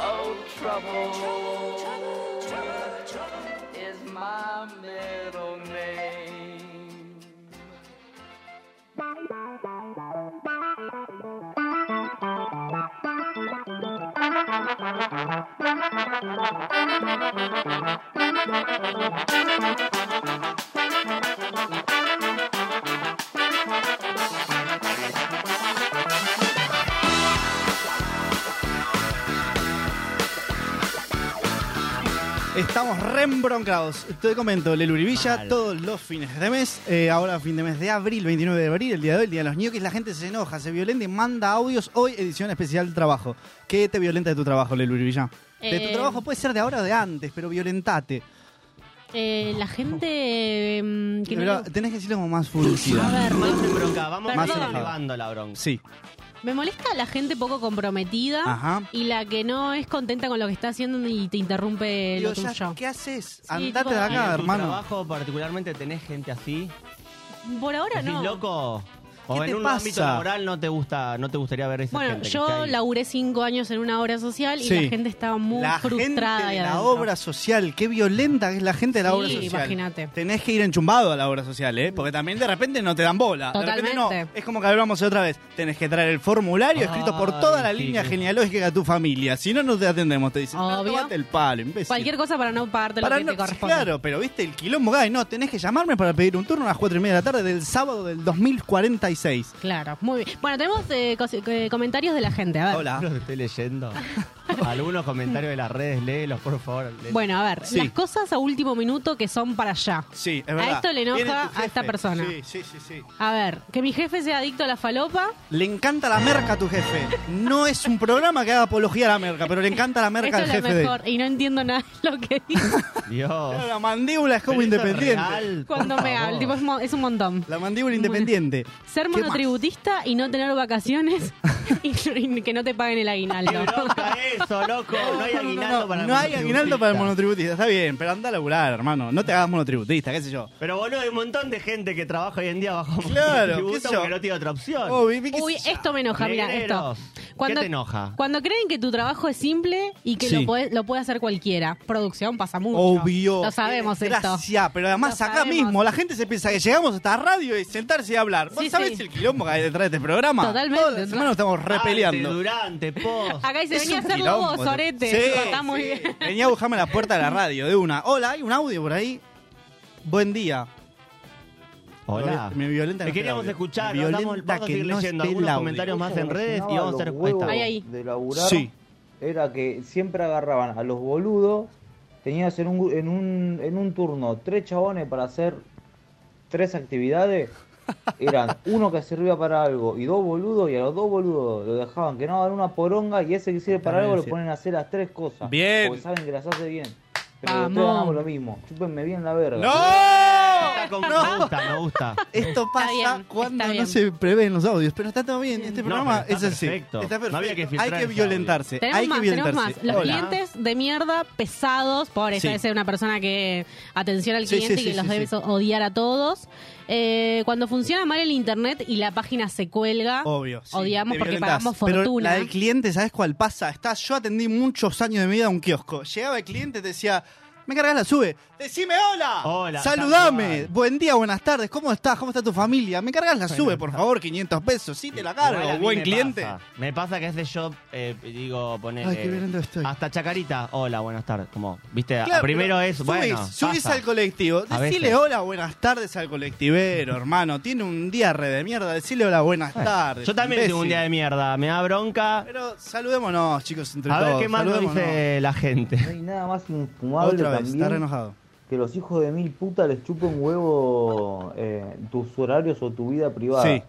[SPEAKER 4] Estamos reembroncados. Te comento, Lelu Uribilla,
[SPEAKER 3] Mal.
[SPEAKER 4] todos los fines de mes. eh, ahora fin de mes de abril, 29 de abril, el día de hoy, el día de los ñoquis. La gente se enoja, se violenta y manda audios. Hoy, edición especial trabajo. ¿Qué te violenta de tu trabajo, Lelu Uribilla? De tu
[SPEAKER 5] Eh,
[SPEAKER 4] trabajo puede ser de ahora o de antes, pero violentate.
[SPEAKER 5] eh, la gente eh, mm, que no
[SPEAKER 4] Pero
[SPEAKER 5] le-
[SPEAKER 4] tenés que decirlo como más furiosidad.
[SPEAKER 5] A ver,
[SPEAKER 3] Más en bronca, vamos
[SPEAKER 5] Perdón.
[SPEAKER 3] elevando la bronca.
[SPEAKER 4] Sí.
[SPEAKER 5] me molesta la gente poco comprometida
[SPEAKER 4] Ajá.
[SPEAKER 5] y la que no es contenta con lo que está haciendo y te interrumpe
[SPEAKER 4] Digo,
[SPEAKER 5] Eh, lo
[SPEAKER 4] ya,
[SPEAKER 5] tuyo.
[SPEAKER 4] ¿Qué haces?
[SPEAKER 5] tipo, eh,
[SPEAKER 4] Andate de
[SPEAKER 5] dale.
[SPEAKER 4] acá,
[SPEAKER 3] ¿En tu
[SPEAKER 4] hermano.
[SPEAKER 3] trabajo particularmente tenés gente así?
[SPEAKER 5] Por ahora
[SPEAKER 3] ¿Decís
[SPEAKER 5] no.
[SPEAKER 3] loco? ¿O
[SPEAKER 4] ¿Qué
[SPEAKER 3] en
[SPEAKER 4] te
[SPEAKER 3] un
[SPEAKER 4] pasa?
[SPEAKER 3] ámbito laboral no te gusta, no te gustaría ver esa
[SPEAKER 5] Bueno,
[SPEAKER 3] gente que está
[SPEAKER 5] yo
[SPEAKER 3] ahí?
[SPEAKER 5] laburé cinco años en una obra social y
[SPEAKER 4] Sí.
[SPEAKER 5] la gente estaba muy
[SPEAKER 4] La gente
[SPEAKER 5] frustrada. ahí
[SPEAKER 4] de la
[SPEAKER 5] adentro.
[SPEAKER 4] obra social, qué violenta que es la gente de la
[SPEAKER 5] Sí,
[SPEAKER 4] obra social.
[SPEAKER 5] imagínate.
[SPEAKER 4] Tenés que ir enchumbado a la obra social, ¿eh? Porque también de repente no te dan bola. De repente
[SPEAKER 5] Totalmente.
[SPEAKER 4] no. Es como que hablamos otra vez. Tenés que traer el formulario escrito por toda la
[SPEAKER 3] Ay, sí.
[SPEAKER 4] línea genealógica de tu familia. Si no, no te atendemos. Te dicen, no,
[SPEAKER 5] Obvio.
[SPEAKER 4] tomate el palo, imbécil.
[SPEAKER 5] Cualquier cosa para no pagarte lo
[SPEAKER 4] Para
[SPEAKER 5] que
[SPEAKER 4] no-
[SPEAKER 5] te corresponde.
[SPEAKER 4] claro, pero viste el quilombo, Guy. No, tenés que llamarme para pedir un turno a las 4 y media de la tarde del sábado del 2046.
[SPEAKER 5] Claro, muy bien. Bueno, tenemos eh, cosi- eh, comentarios de la gente. A ver.
[SPEAKER 4] Hola.
[SPEAKER 3] Los estoy leyendo. Algunos comentarios de las redes, léelos, por favor. léelos.
[SPEAKER 5] Bueno, a ver,
[SPEAKER 4] Sí.
[SPEAKER 5] las cosas a último minuto que son para allá.
[SPEAKER 4] Sí, es
[SPEAKER 5] A
[SPEAKER 4] verdad.
[SPEAKER 5] esto le enoja
[SPEAKER 4] Viene tu
[SPEAKER 5] a
[SPEAKER 4] jefe.
[SPEAKER 5] esta persona.
[SPEAKER 4] Sí, sí, sí, sí.
[SPEAKER 5] A ver, que mi jefe sea adicto a la falopa.
[SPEAKER 4] Le encanta la merca a tu jefe. No es un programa que haga apología a la merca, pero le encanta la merca
[SPEAKER 5] Esto
[SPEAKER 4] al
[SPEAKER 5] es lo
[SPEAKER 4] jefe de él.
[SPEAKER 5] mejor. Y no entiendo nada de lo que dice
[SPEAKER 3] Dios.
[SPEAKER 4] Claro, La mandíbula es como
[SPEAKER 3] Pero eso es
[SPEAKER 4] independiente.
[SPEAKER 3] real, por
[SPEAKER 5] cuando me
[SPEAKER 3] favor.
[SPEAKER 5] habla. Tipo, es, mo- es un montón.
[SPEAKER 4] La mandíbula independiente.
[SPEAKER 5] Ser
[SPEAKER 4] ¿Qué más?
[SPEAKER 5] monotributista y no tener vacaciones y, y que no te paguen el
[SPEAKER 3] ¡Qué
[SPEAKER 5] aguinaldo.
[SPEAKER 3] bronca eso, loco! No hay aguinaldo
[SPEAKER 4] No, no, no, no,
[SPEAKER 3] para el
[SPEAKER 4] no hay aguinaldo para
[SPEAKER 3] monotributista.
[SPEAKER 4] el monotributista, está bien, pero anda a laburar, hermano. No te hagas monotributista, qué sé yo.
[SPEAKER 3] Pero boludo, hay un montón de gente que trabaja hoy en día bajo
[SPEAKER 4] Claro, qué sé
[SPEAKER 3] tributo
[SPEAKER 4] yo.
[SPEAKER 3] porque no tiene otra opción.
[SPEAKER 4] Oh, vi- vi que-
[SPEAKER 5] Uy, esto me enoja, mira, esto.
[SPEAKER 3] Negreros, ¿Qué te enoja?
[SPEAKER 5] Cuando creen que tu trabajo es simple y que
[SPEAKER 4] Sí.
[SPEAKER 5] lo, puede, lo puede hacer cualquiera. Producción pasa mucho.
[SPEAKER 4] Obvio.
[SPEAKER 5] Lo sabemos esto.
[SPEAKER 4] Gracias, pero además
[SPEAKER 5] Lo
[SPEAKER 4] acá
[SPEAKER 5] sabemos.
[SPEAKER 4] mismo la gente se piensa que llegamos hasta radio y sentarse y hablar. ¿Vos
[SPEAKER 5] Sí,
[SPEAKER 4] sabés
[SPEAKER 5] sí.
[SPEAKER 4] el quilombo que hay detrás de este programa?
[SPEAKER 5] Totalmente,
[SPEAKER 4] Todas las semanas estamos
[SPEAKER 3] Antes,
[SPEAKER 4] repeleando.
[SPEAKER 3] durante, post.
[SPEAKER 5] Acá dice, venía a
[SPEAKER 4] un
[SPEAKER 5] hacerlo vos,
[SPEAKER 4] quilombo.
[SPEAKER 5] Sorete.
[SPEAKER 4] Sí,
[SPEAKER 5] Está muy
[SPEAKER 4] sí.
[SPEAKER 5] bien.
[SPEAKER 4] Venía a buscarme a la puerta de la radio de una. Hola, hay un audio por ahí. Buen día.
[SPEAKER 3] Hola.
[SPEAKER 4] Me
[SPEAKER 3] Te
[SPEAKER 4] violenta. no esté el
[SPEAKER 3] queríamos
[SPEAKER 4] audio.
[SPEAKER 3] escuchar,
[SPEAKER 4] Me
[SPEAKER 3] nos damos-
[SPEAKER 4] violenta
[SPEAKER 3] vamos a
[SPEAKER 4] que
[SPEAKER 3] seguir
[SPEAKER 4] no
[SPEAKER 3] leyendo
[SPEAKER 4] esté el
[SPEAKER 3] algunos
[SPEAKER 4] audio.
[SPEAKER 3] comentarios más en redes y vamos a estar... Ahí está.
[SPEAKER 5] Ahí, ahí.
[SPEAKER 11] de laburar
[SPEAKER 4] Sí.
[SPEAKER 11] era que siempre agarraban a los boludos. Tenías en un, gru- en un, en un turno tres chabones para hacer tres actividades. Eran uno que servía para algo y dos boludos, y a los dos boludos lo dejaban que no hagan una poronga. Y ese que sirve para algo lo
[SPEAKER 4] También, sí.
[SPEAKER 11] ponen a hacer las tres cosas.
[SPEAKER 4] Bien.
[SPEAKER 11] Porque saben que las hace bien. Pero
[SPEAKER 5] Vamos.
[SPEAKER 11] nosotros ganamos lo mismo. Chúpenme bien la verga.
[SPEAKER 4] ¡No!
[SPEAKER 3] Con- Me gusta, me gusta.
[SPEAKER 4] Esto pasa
[SPEAKER 5] bien, está
[SPEAKER 4] cuando no
[SPEAKER 5] bien.
[SPEAKER 4] se prevén los audios, pero está todo bien. Este
[SPEAKER 3] No,
[SPEAKER 4] programa
[SPEAKER 3] pero está
[SPEAKER 4] es así.
[SPEAKER 3] perfecto.
[SPEAKER 4] Está
[SPEAKER 3] No había que
[SPEAKER 4] perfecto.
[SPEAKER 3] filtrar
[SPEAKER 4] hay que
[SPEAKER 3] ese
[SPEAKER 4] violentarse.
[SPEAKER 5] Tenemos
[SPEAKER 4] hay
[SPEAKER 5] más,
[SPEAKER 4] que
[SPEAKER 5] tenemos
[SPEAKER 4] violentarse.
[SPEAKER 5] más. Los
[SPEAKER 4] Hola.
[SPEAKER 5] clientes de mierda, pesados, pobre,
[SPEAKER 4] Sí.
[SPEAKER 5] esa es una persona que atención al
[SPEAKER 4] Sí,
[SPEAKER 5] cliente
[SPEAKER 4] sí,
[SPEAKER 5] y que
[SPEAKER 4] sí,
[SPEAKER 5] los
[SPEAKER 4] sí,
[SPEAKER 5] debe
[SPEAKER 4] sí.
[SPEAKER 5] odiar a todos. Eh, cuando funciona mal el internet y la página se cuelga,
[SPEAKER 4] Obvio. sí,
[SPEAKER 5] odiamos
[SPEAKER 4] te
[SPEAKER 5] porque
[SPEAKER 4] violentás.
[SPEAKER 5] pagamos
[SPEAKER 4] Pero
[SPEAKER 5] fortuna.
[SPEAKER 4] la del cliente, ¿sabes cuál pasa? Está, yo atendí muchos años de mi vida a un kiosco. Llegaba el cliente y te decía, me cargas la sube. Decime hola.
[SPEAKER 3] Hola, tal
[SPEAKER 4] Saludame.
[SPEAKER 3] cual.
[SPEAKER 4] Buen día, buenas tardes. ¿Cómo estás? ¿Cómo está tu familia? Me cargas la sube, por favor, 500 pesos. Sí, te la cargo.
[SPEAKER 3] Igual a mí
[SPEAKER 4] Buen
[SPEAKER 3] me
[SPEAKER 4] cliente.
[SPEAKER 3] pasa. Me pasa que es de yo, eh, digo, poner.
[SPEAKER 4] Ay, qué violento estoy.
[SPEAKER 3] Hasta Chacarita, hola, buenas tardes. Como, viste,
[SPEAKER 4] Claro,
[SPEAKER 3] primero
[SPEAKER 4] pero
[SPEAKER 3] es,
[SPEAKER 4] subís,
[SPEAKER 3] bueno.
[SPEAKER 4] Subís
[SPEAKER 3] pasa.
[SPEAKER 4] al colectivo.
[SPEAKER 3] A
[SPEAKER 4] Decile
[SPEAKER 3] veces.
[SPEAKER 4] hola, buenas tardes al colectivero, hermano. Tiene un día re de mierda. Decile hola, buenas
[SPEAKER 3] Bueno,
[SPEAKER 4] tardes.
[SPEAKER 3] Yo también tengo un día de mierda, me da bronca.
[SPEAKER 4] Pero saludémonos, chicos, entre
[SPEAKER 3] A
[SPEAKER 4] todos.
[SPEAKER 3] ver qué más nos
[SPEAKER 4] saludémonos. Este
[SPEAKER 3] dice la gente.
[SPEAKER 11] No hay nada más infumable
[SPEAKER 4] Otra vez,
[SPEAKER 11] también
[SPEAKER 4] está re enojado.
[SPEAKER 11] que los hijos de mil putas les chupa un huevo eh, tus horarios o tu vida privada.
[SPEAKER 4] Sí.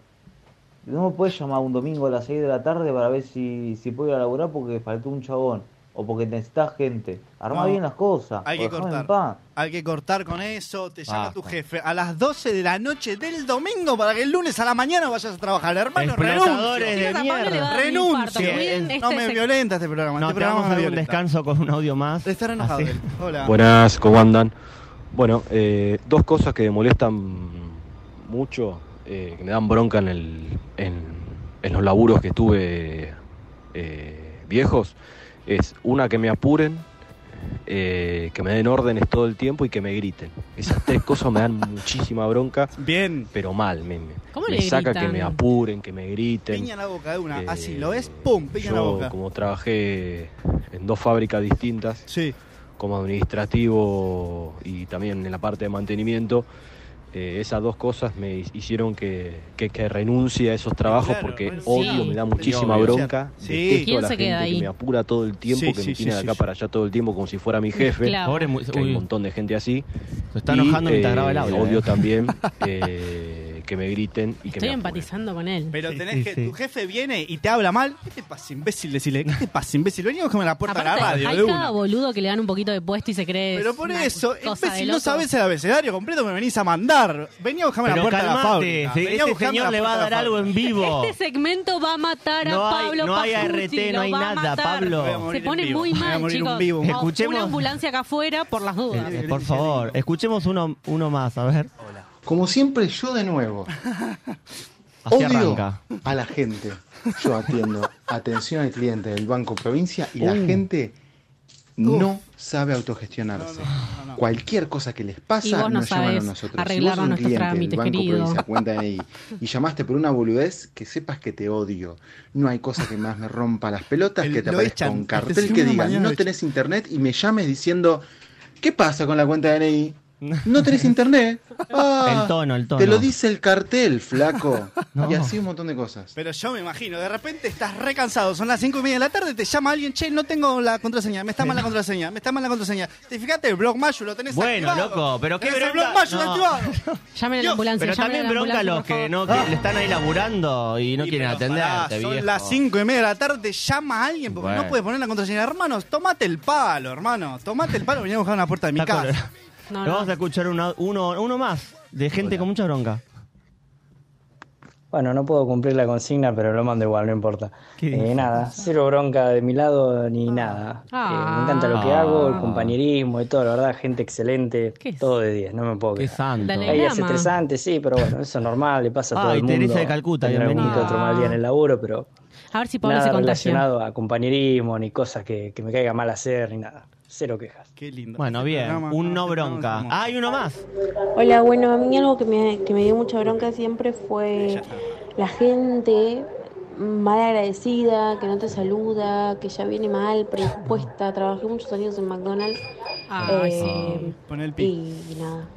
[SPEAKER 11] No me puedes llamar un domingo a las 6 de la tarde para ver si, si puedo ir a laburar porque faltó un chabón o porque necesitas gente. Arma
[SPEAKER 4] No.
[SPEAKER 11] bien las cosas.
[SPEAKER 4] Ah, Hay
[SPEAKER 11] o
[SPEAKER 4] que
[SPEAKER 11] dejame
[SPEAKER 4] cortar.
[SPEAKER 11] en paz.
[SPEAKER 4] Hay que cortar con eso. Te llama
[SPEAKER 3] Basta.
[SPEAKER 4] tu jefe a las 12 de la noche del domingo para que el lunes a la mañana vayas a trabajar. Hermano,
[SPEAKER 3] Explotadores
[SPEAKER 4] renuncio.
[SPEAKER 3] de
[SPEAKER 5] Chicos, a Pablo le va a
[SPEAKER 3] mierda.
[SPEAKER 5] dar un infarto.
[SPEAKER 4] Renuncio.
[SPEAKER 5] Cuiden
[SPEAKER 4] No
[SPEAKER 5] este
[SPEAKER 4] me
[SPEAKER 5] sec-
[SPEAKER 4] violenta este programa.
[SPEAKER 3] No,
[SPEAKER 4] este
[SPEAKER 3] te vamos
[SPEAKER 4] programa
[SPEAKER 3] a
[SPEAKER 4] me
[SPEAKER 3] dar un
[SPEAKER 4] violenta.
[SPEAKER 3] descanso con un audio más.
[SPEAKER 4] Está re enojado.
[SPEAKER 3] Así.
[SPEAKER 4] él. Hola.
[SPEAKER 6] Buenas, ¿cómo andan? Bueno, eh, dos cosas que me molestan mucho, eh, que me dan bronca en, el, en, en los laburos que tuve eh, viejos, es una que me apuren, eh, que me den órdenes todo el tiempo y que me griten. Esas tres cosas me dan muchísima bronca,
[SPEAKER 4] Bien.
[SPEAKER 6] pero mal, me, me-
[SPEAKER 5] ¿Cómo
[SPEAKER 6] me
[SPEAKER 5] le
[SPEAKER 6] saca
[SPEAKER 5] gritan?
[SPEAKER 6] que me apuren, que me griten.
[SPEAKER 4] Piña en la boca de una.
[SPEAKER 6] Eh,
[SPEAKER 4] Así lo ves, pum, piña en la
[SPEAKER 6] yo,
[SPEAKER 4] boca.
[SPEAKER 6] como trabajé en dos fábricas distintas,
[SPEAKER 4] Sí.
[SPEAKER 6] como administrativo y también en la parte de mantenimiento, eh, esas dos cosas me hicieron que, que, que renuncie a esos trabajos
[SPEAKER 4] Claro,
[SPEAKER 6] porque
[SPEAKER 4] renunciar.
[SPEAKER 6] odio, me da muchísima
[SPEAKER 4] Obvio.
[SPEAKER 6] bronca.
[SPEAKER 4] Sí.
[SPEAKER 6] detesto a
[SPEAKER 5] ¿Quién
[SPEAKER 6] la
[SPEAKER 5] se queda
[SPEAKER 6] gente
[SPEAKER 5] ahí?
[SPEAKER 6] Que me apura todo el tiempo,
[SPEAKER 4] Sí,
[SPEAKER 6] que
[SPEAKER 4] sí,
[SPEAKER 6] me tiene
[SPEAKER 4] sí,
[SPEAKER 6] de acá
[SPEAKER 4] sí.
[SPEAKER 6] para allá todo el tiempo como si fuera mi jefe.
[SPEAKER 5] Esclavo.
[SPEAKER 3] Ah. Pobre, mu-
[SPEAKER 6] Que hay
[SPEAKER 3] uy,
[SPEAKER 6] un montón de gente así.
[SPEAKER 3] se está enojando
[SPEAKER 6] Y,
[SPEAKER 3] mientras
[SPEAKER 6] eh,
[SPEAKER 3] graba el audio.
[SPEAKER 6] Odio
[SPEAKER 3] eh.
[SPEAKER 6] también eh, que me griten y que
[SPEAKER 5] Estoy
[SPEAKER 6] me
[SPEAKER 5] empatizando con él.
[SPEAKER 4] Pero tenés que. Tu jefe viene y te habla mal. ¿Qué te pasa, imbécil? Decirle, ¿qué te pasa, imbécil? Venimos con la puerta
[SPEAKER 5] Aparte,
[SPEAKER 4] de la radio,
[SPEAKER 5] hay
[SPEAKER 4] de una.
[SPEAKER 5] cada boludo que le dan un poquito de puesto y se cree.
[SPEAKER 4] Pero
[SPEAKER 5] es
[SPEAKER 4] por
[SPEAKER 5] una
[SPEAKER 4] eso,
[SPEAKER 5] cosa de
[SPEAKER 4] imbécil, no
[SPEAKER 5] loco.
[SPEAKER 4] sabes el abecedario completo, me venís a mandar. Venía a buscarme la
[SPEAKER 3] Pero
[SPEAKER 4] puerta de la
[SPEAKER 3] calmate,
[SPEAKER 4] fábrica.
[SPEAKER 3] se-
[SPEAKER 4] Venía a
[SPEAKER 3] este
[SPEAKER 4] buscarme
[SPEAKER 3] señor
[SPEAKER 4] la
[SPEAKER 3] le va a
[SPEAKER 4] puerta
[SPEAKER 3] dar
[SPEAKER 4] de la
[SPEAKER 3] algo en vivo.
[SPEAKER 5] Este segmento va a matar
[SPEAKER 3] Oh.
[SPEAKER 5] a
[SPEAKER 3] No hay-
[SPEAKER 5] Pablo
[SPEAKER 3] no hay
[SPEAKER 5] Pascucci,
[SPEAKER 3] ART, no
[SPEAKER 5] lo
[SPEAKER 3] hay
[SPEAKER 5] va a
[SPEAKER 3] nada,
[SPEAKER 5] matar.
[SPEAKER 3] Pablo. Voy a morir
[SPEAKER 5] Se
[SPEAKER 3] en
[SPEAKER 5] pone
[SPEAKER 3] vivo.
[SPEAKER 5] muy
[SPEAKER 3] Voy a
[SPEAKER 5] mal,
[SPEAKER 3] morir en
[SPEAKER 5] chicos.
[SPEAKER 3] vivo.
[SPEAKER 5] Una-
[SPEAKER 3] Escuchemos-
[SPEAKER 5] Una ambulancia acá afuera por las dudas.
[SPEAKER 3] Eh, Por favor, escuchemos uno, uno más, a ver.
[SPEAKER 10] Como siempre, yo de nuevo.
[SPEAKER 3] Así
[SPEAKER 10] Odio
[SPEAKER 3] arranca.
[SPEAKER 10] a la gente. Yo atiendo atención al cliente del Banco Provincia y la
[SPEAKER 3] Uh.
[SPEAKER 10] gente no sabe autogestionarse. Cualquier cosa que les
[SPEAKER 5] Y
[SPEAKER 10] pasa
[SPEAKER 5] vos no
[SPEAKER 10] nos llaman a
[SPEAKER 5] sabes
[SPEAKER 10] nosotros. Si vos
[SPEAKER 5] arreglarnos
[SPEAKER 10] sos un
[SPEAKER 5] nuestros
[SPEAKER 10] cliente del
[SPEAKER 5] trámites,
[SPEAKER 10] Banco
[SPEAKER 5] querido.
[SPEAKER 10] Provincia, cuenta ahí, y llamaste por una boludez, que sepas que te odio. No hay cosa que más me rompa las pelotas que te
[SPEAKER 4] lo
[SPEAKER 10] aparezca
[SPEAKER 4] echan.
[SPEAKER 10] un
[SPEAKER 4] Este
[SPEAKER 10] cartel
[SPEAKER 4] sí,
[SPEAKER 10] que
[SPEAKER 4] una
[SPEAKER 10] diga
[SPEAKER 4] mañana
[SPEAKER 10] no
[SPEAKER 4] lo
[SPEAKER 10] tenés internet y me llames diciendo ¿qué pasa con la cuenta de DNI? No tenés internet. Ah,
[SPEAKER 3] El tono, el tono.
[SPEAKER 10] Te lo dice el cartel, flaco.
[SPEAKER 3] No.
[SPEAKER 10] Y así un montón de cosas.
[SPEAKER 4] Pero yo me imagino, de repente estás re cansado, son las 5 y media de la tarde, te llama alguien, che, no tengo la contraseña, me está mal la contraseña, me está mal la contraseña. Te fijaste, el blog Mayo lo tenés
[SPEAKER 3] Bueno,
[SPEAKER 4] activado.
[SPEAKER 3] loco, pero qué
[SPEAKER 4] Tenés el
[SPEAKER 3] bronca.
[SPEAKER 4] blog Mayo
[SPEAKER 3] No.
[SPEAKER 4] activado.
[SPEAKER 5] Llamen a la ambulancia.
[SPEAKER 3] Pero
[SPEAKER 5] llamen a
[SPEAKER 3] también
[SPEAKER 5] la
[SPEAKER 3] bronca a
[SPEAKER 5] ambulancia,
[SPEAKER 3] los
[SPEAKER 5] por favor.
[SPEAKER 3] que, no,
[SPEAKER 10] Ah.
[SPEAKER 3] que le están ahí laburando y no quieren
[SPEAKER 4] Pará,
[SPEAKER 3] atenderte,
[SPEAKER 4] son
[SPEAKER 3] viejo.
[SPEAKER 4] las 5 y media de la tarde, te llama alguien porque
[SPEAKER 3] Bueno.
[SPEAKER 4] no puedes poner la contraseña. Hermanos, tomate el palo, hermano. Tomate el palo, venía a buscar una puerta de mi
[SPEAKER 3] Está
[SPEAKER 4] casa.
[SPEAKER 5] No,
[SPEAKER 3] Pero Vamos a escuchar una- uno, uno más de gente con mucha bronca.
[SPEAKER 11] Bueno, no puedo cumplir la consigna, pero lo mando igual, no importa.
[SPEAKER 3] Qué
[SPEAKER 11] Eh,
[SPEAKER 3] difícil.
[SPEAKER 11] nada, cero bronca de mi lado
[SPEAKER 4] Ah.
[SPEAKER 11] ni nada. Eh, me encanta lo que
[SPEAKER 3] Ah.
[SPEAKER 11] hago, el compañerismo y todo, la verdad, gente excelente, todo de 10, no me puedo quejar.
[SPEAKER 3] Dalai
[SPEAKER 11] Ey, es
[SPEAKER 3] Lama.
[SPEAKER 11] estresante, sí, pero bueno, eso es normal, le
[SPEAKER 4] Ah,
[SPEAKER 11] pasa a todo
[SPEAKER 3] Ay,
[SPEAKER 11] el mundo.
[SPEAKER 3] Teresa de Calcuta,
[SPEAKER 11] Tendrá algún que
[SPEAKER 3] bienvenida.
[SPEAKER 11] otro mal día en el laburo, pero
[SPEAKER 5] Ah. A ver si Pablo
[SPEAKER 11] nada
[SPEAKER 5] se contagia.
[SPEAKER 11] relacionado a compañerismo ni cosas que, que me caiga mal hacer ni nada. Cero quejas.
[SPEAKER 4] Qué lindo.
[SPEAKER 3] Bueno, bien, un no bronca. Ah, hay uno más.
[SPEAKER 12] Eh, Hola, bueno, a mí algo que me, que me dio mucha bronca siempre fue la gente mal agradecida, que no te saluda, que ya viene mal, predispuesta. Trabajé muchos años en McDonald's.
[SPEAKER 3] Ah,
[SPEAKER 4] Ay,
[SPEAKER 12] eh,
[SPEAKER 4] sí. Pon el pi.
[SPEAKER 12] Y nada,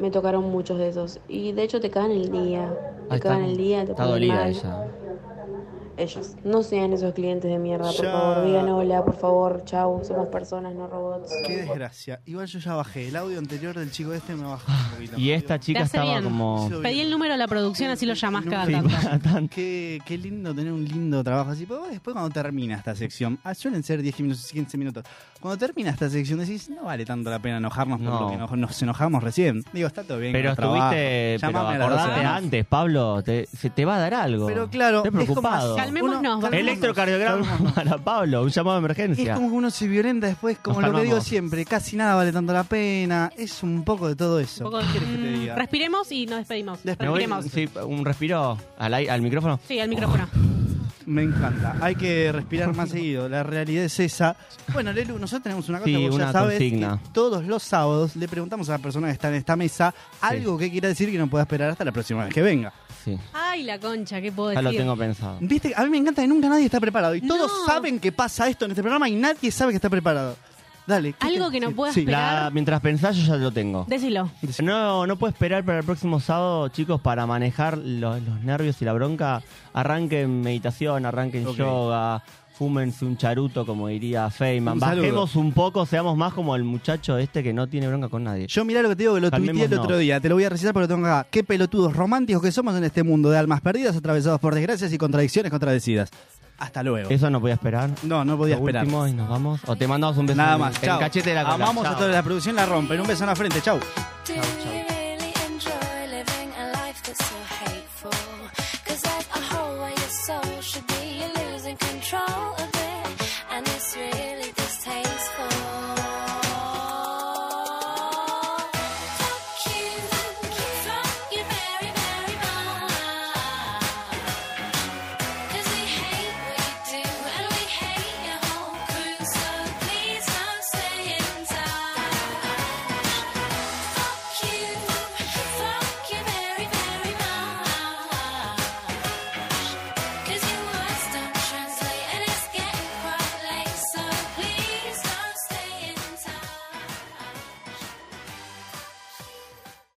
[SPEAKER 12] me tocaron muchos de esos. Y de hecho te cagan el día. Te
[SPEAKER 3] Ahí está.
[SPEAKER 12] cagan el día, te
[SPEAKER 3] Está
[SPEAKER 12] ponen
[SPEAKER 3] dolida
[SPEAKER 12] mal.
[SPEAKER 3] ella.
[SPEAKER 12] Ellos. No sean esos clientes de mierda, por
[SPEAKER 4] Ya.
[SPEAKER 12] favor. Digan hola, por favor. Chau, somos personas, no robots.
[SPEAKER 4] Qué desgracia. Igual yo ya bajé. El audio anterior del chico este me bajó un poquito.
[SPEAKER 3] Y esta
[SPEAKER 5] Te
[SPEAKER 3] chica
[SPEAKER 5] hace
[SPEAKER 3] estaba
[SPEAKER 5] bien.
[SPEAKER 3] como.
[SPEAKER 5] Pedí el número a la producción, así lo llamás cada
[SPEAKER 3] Sí,
[SPEAKER 5] tanto.
[SPEAKER 4] Qué, qué lindo tener un lindo trabajo así. Pero vos después cuando termina esta sección, ah, suelen ser 10 minutos, 15 minutos. Cuando termina esta sección decís, no vale tanto la pena enojarnos por
[SPEAKER 3] No.
[SPEAKER 4] lo que nos, nos enojamos recién. Digo, está todo bien.
[SPEAKER 3] Pero
[SPEAKER 4] con el trabajo.
[SPEAKER 3] estuviste. Pero
[SPEAKER 4] Llamame a las doce
[SPEAKER 3] acordate
[SPEAKER 4] de la noche.
[SPEAKER 3] antes, Pablo. Te, se te va a dar algo.
[SPEAKER 4] Pero claro,
[SPEAKER 3] Estoy
[SPEAKER 4] es como
[SPEAKER 3] preocupado.
[SPEAKER 4] así. Calmémonos, Uno-
[SPEAKER 3] Electrocardiograma para Pablo. Un llamado de emergencia.
[SPEAKER 4] Es como que uno se violenta después, como
[SPEAKER 3] Nos
[SPEAKER 4] lo que digo
[SPEAKER 3] calmamos.
[SPEAKER 4] siempre, casi nada vale tanto la pena. Es un poco de todo eso.
[SPEAKER 5] Un poco-
[SPEAKER 4] ¿Qué querés que te
[SPEAKER 5] Mm,
[SPEAKER 4] diga?
[SPEAKER 5] Respiremos y nos despedimos.
[SPEAKER 3] Me voy-
[SPEAKER 5] Respiremos.
[SPEAKER 3] sí, un respiro al, ai- al micrófono.
[SPEAKER 5] Sí, al micrófono.
[SPEAKER 4] Me encanta. Hay que respirar más seguido. La realidad es esa. Bueno, Lelu, nosotros tenemos una cosa
[SPEAKER 3] Sí,
[SPEAKER 4] que vos
[SPEAKER 3] una
[SPEAKER 4] ya sabes.
[SPEAKER 3] consigna.
[SPEAKER 4] que todos los sábados le preguntamos a la persona que está en esta mesa algo que quiera decir que no pueda esperar hasta la próxima vez que venga.
[SPEAKER 3] Sí.
[SPEAKER 5] Ay, la concha, ¿qué puedo
[SPEAKER 4] Ya
[SPEAKER 5] decir?
[SPEAKER 4] lo tengo
[SPEAKER 3] pensado.
[SPEAKER 4] Viste, a mí me encanta que nunca nadie está preparado. Y todos saben que pasa esto en este programa y nadie sabe que está preparado. Dale. ¿qué
[SPEAKER 5] Algo
[SPEAKER 4] te-
[SPEAKER 5] que no
[SPEAKER 4] sí,
[SPEAKER 5] puedas
[SPEAKER 4] sí.
[SPEAKER 3] La- mientras pensás, yo ya lo tengo.
[SPEAKER 5] Decilo.
[SPEAKER 3] No, no puedo esperar para el próximo sábado, chicos, para manejar los, los nervios y la bronca. Arranquen meditación, arranquen
[SPEAKER 4] Ok.
[SPEAKER 3] yoga, fúmense un charuto, como diría Feynman.
[SPEAKER 4] Un saludo.
[SPEAKER 3] Bajemos un poco, seamos más como el muchacho este que no tiene bronca con nadie.
[SPEAKER 4] Yo mirá lo que te digo que lo tuiteé el
[SPEAKER 3] Calmémonos.
[SPEAKER 4] otro día, te lo voy a recitar porque lo tengo acá. Qué pelotudos románticos que somos en este mundo de almas perdidas, atravesados por desgracias y contradicciones contradecidas. Hasta luego.
[SPEAKER 3] Eso no podía esperar.
[SPEAKER 4] No, no podía
[SPEAKER 3] Lo
[SPEAKER 4] esperar.
[SPEAKER 3] último y nos vamos. O te mandamos un beso.
[SPEAKER 4] Nada
[SPEAKER 3] en-
[SPEAKER 4] más,
[SPEAKER 3] en
[SPEAKER 4] chao.
[SPEAKER 3] cachete de la cola.
[SPEAKER 4] Amamos a
[SPEAKER 3] Chao.
[SPEAKER 4] todos, la producción la rompen. Un beso en la frente, chau.
[SPEAKER 13] Do we really enjoy living a life that's so hateful? Cause there's a hole where your soul should be, you're losing control